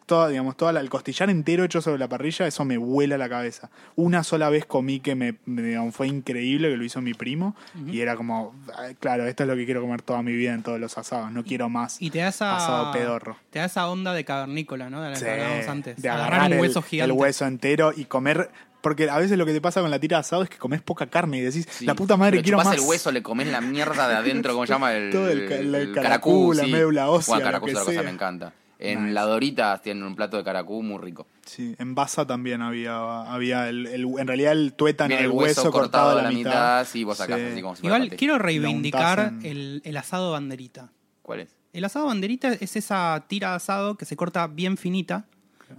toda, digamos, toda la- el costillar entero hecho sobre la parrilla, eso me vuela la cabeza. Una sola vez comí que me, me- digamos, fue increíble, que lo hizo mi primo, y era como, "Ah, claro, esto es lo que quiero comer toda mi vida en todos los asados, no quiero más
Y te da esa.
asado pedorro.
Te da esa onda de cavernícola, ¿no? De la
Sí,
que hablábamos antes.
De
agarrar, un
el-
hueso
el,
gigante.
hueso entero y comer... Porque a veces lo que te pasa con la tira de asado es que comes poca carne y decís,
Sí.
la puta madre,
Le
quiero
chupás
más.
el hueso, le comés la mierda de adentro, ¿cómo se llama? El,
<laughs> Todo el ca- el
el
caracú, la
sí.
médula ósea,
Bueno, caracú
lo que
es otra cosa,
sea.
me encanta. En
Nice.
la Doritas tienen un plato de caracú muy rico.
Sí, en Baza también había, había el, el- en realidad el tuétano,
Viene
el hueso cortado a la mitad.
sí, vos sacás
Sí.
así como si fuera
Igual
pastel.
quiero reivindicar
untás en-
el, el asado banderita.
¿Cuál es?
El asado banderita es esa tira de asado que se corta bien finita.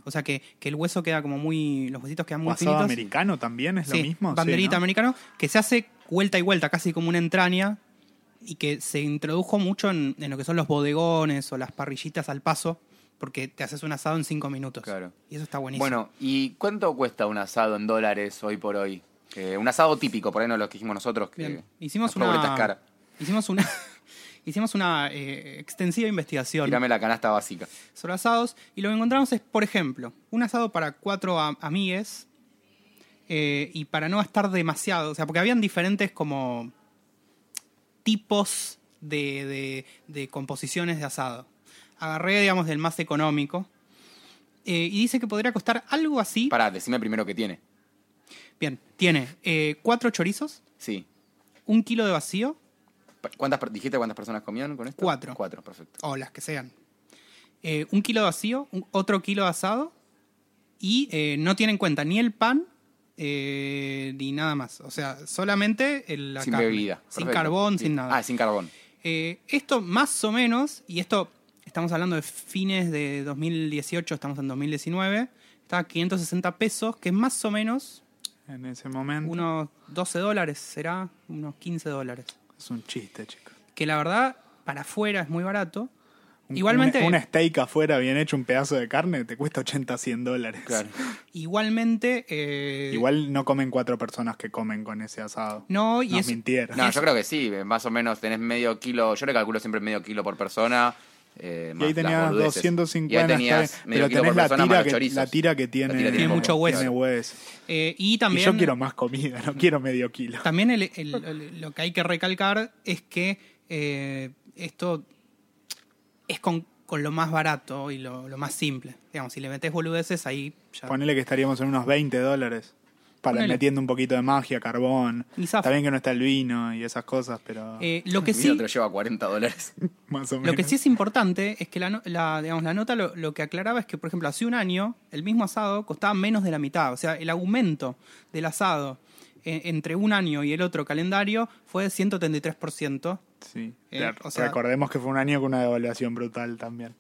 O sea que, que el hueso queda como muy. Los huesitos quedan
¿O
muy
asado
finitos.
americano también es
Sí,
lo mismo. Sí,
Banderita
¿no?
americano, que se hace vuelta y vuelta, casi como una entraña, y que se introdujo mucho en, en lo que son los bodegones o las parrillitas al paso, porque te haces un asado en cinco minutos.
Claro.
Y eso está buenísimo.
Bueno, ¿y cuánto cuesta un asado en dólares hoy por hoy? Eh, un asado típico, por ahí no lo que dijimos nosotros. Que
Bien, hicimos
la proboleta es
una,
cara.
hicimos una. <laughs> Hicimos una eh, extensiva investigación
Tirame la canasta básica.
sobre asados y lo que encontramos es, por ejemplo, un asado para cuatro am- amigues eh, y para no gastar demasiado, o sea, porque habían diferentes como tipos de, de- de composiciones de asado. Agarré, digamos, del más económico eh, y dice que podría costar algo así.
Pará, decime primero qué tiene.
Bien, tiene eh, cuatro chorizos,
Sí.
un kilo de vacío,
Pa- ¿Cuántas, per- ¿Dijiste cuántas personas comían con esto?
Cuatro.
Cuatro, perfecto.
o las que sean. Eh, un kilo de vacío, un- otro kilo de asado y eh, no tiene en cuenta ni el pan eh, ni nada más. O sea, solamente el, la
sin
carne.
bebida.
Sin
Perfecto.
carbón,
Sí.
sin nada.
Ah, sin carbón.
Eh, esto más o menos, y esto estamos hablando de fines de 2018, estamos en 2019, está a 560 pesos, que es más o menos
En ese momento.
unos 12 dólares, será unos 15 dólares.
Es un chiste, chicos.
Que la verdad, para afuera es muy barato.
Un-
Igualmente...
Un, un steak afuera bien hecho, un pedazo de carne, te cuesta 80, 100 dólares.
Claro.
Igualmente. eh,
Igual no comen cuatro personas que comen con ese asado.
No, y
Nos
es.
mintieron. <laughs>
No, yo creo que sí, eh, más o menos tenés medio kilo, yo le calculo siempre medio kilo por persona. eh,
y
más
ahí
las
tenías
boludeces.
250,
Y ahí
está
tenías
bien,
medio
pero
kilo
tenés
por
la
persona más
tira,
los
que,
chorizos.
la tira que tiene,
tiene
mucho
tiene
hueso.
hueso.
eh, y
Y
también.
yo quiero más comida, no quiero medio kilo.
También el- el- el- lo que hay que recalcar es que eh, esto es con, con lo más barato y lo, lo más simple. Digamos, si le metes boludeces, ahí ya.
Ponele que estaríamos en unos 20 dólares. Para
Ponele.
metiendo un poquito de magia, carbón.
Y zafa.
Está bien que no está el vino y esas cosas, pero
Eh, lo que
Mi
sí.
otro lleva 40
<laughs>
dólares.
más o menos.
Lo que sí es importante es que la, no- la- digamos, la nota lo, lo que aclaraba es que, por ejemplo, hace un año el mismo asado costaba menos de la mitad. O sea, el aumento del asado eh, entre un año y el otro calendario fue de 133%.
Sí.
Eh,
Te-
o sea-
recordemos que fue un año con una devaluación brutal también.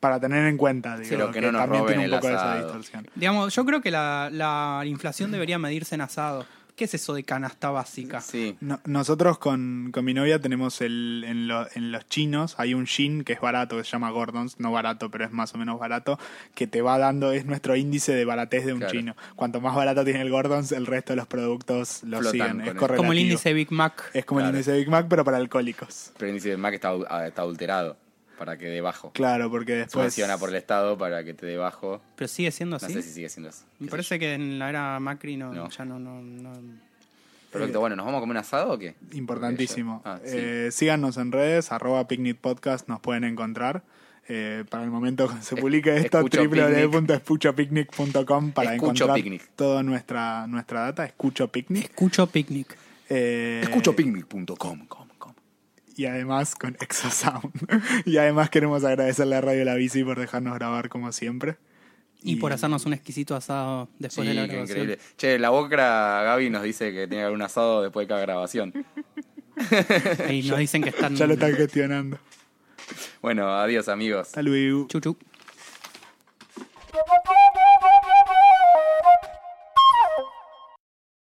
Para tener en cuenta, digo,
Pero que no nos
también
roben
tiene un
el
poco de esa
asado.
distorsión.
Digamos, yo creo que la, la inflación debería medirse en asado. ¿Qué es eso de canasta básica?
Sí.
No- nosotros con, con mi novia tenemos el, en, lo- en los chinos, hay un gin que es barato, que se llama Gordon's, no barato, pero es más o menos barato, que te va dando, es nuestro índice de baratez de un
Claro.
chino. Cuanto más barato tiene el Gordon's, el resto de los productos lo
Flotan
siguen.
con
Es
él.
correlativo.
Como el índice Big Mac.
Es como el
Claro.
índice de Big Mac, pero para alcohólicos.
Pero el índice de Mac está, au- ah, está adulterado para que debajo.
Claro, porque después...
Funciona por el Estado para que te debajo.
Pero sigue
¿Ah,
siendo
No
así.
sé si sigue siendo así.
Me
Qué sé
parece que en la era Macri no,
No.
ya no- no- no...
yo. Perfecto, bueno, ¿nos vamos a comer un asado o qué?
Importantísimo.
Porque ya- ah, sí.
Eh, síganos en redes, arroba Picnic Podcast, nos pueden encontrar. Eh, para el momento que se publique
Es-
esto,
Escucho
www.escuchopicnic.com para
Escucho
encontrar
Picnic.
toda nuestra, nuestra data. Escucho Picnic.
Escucho picnic.
Eh,
Escuchopicnic.com. com, com.
Y además con Exosound. <laughs> y además queremos agradecerle a Radio La Bici por dejarnos grabar como siempre.
Y, por hacernos un exquisito asado después de
Sí,
la
qué
grabación.
increíble. Che, la Bocra Gaby nos dice que tiene que haber un asado después de cada grabación.
Ahí
<laughs>
nos dicen que están.
Ya lo están gestionando.
Bueno, adiós amigos.
Hasta luego.
Chuchu.
Thank you.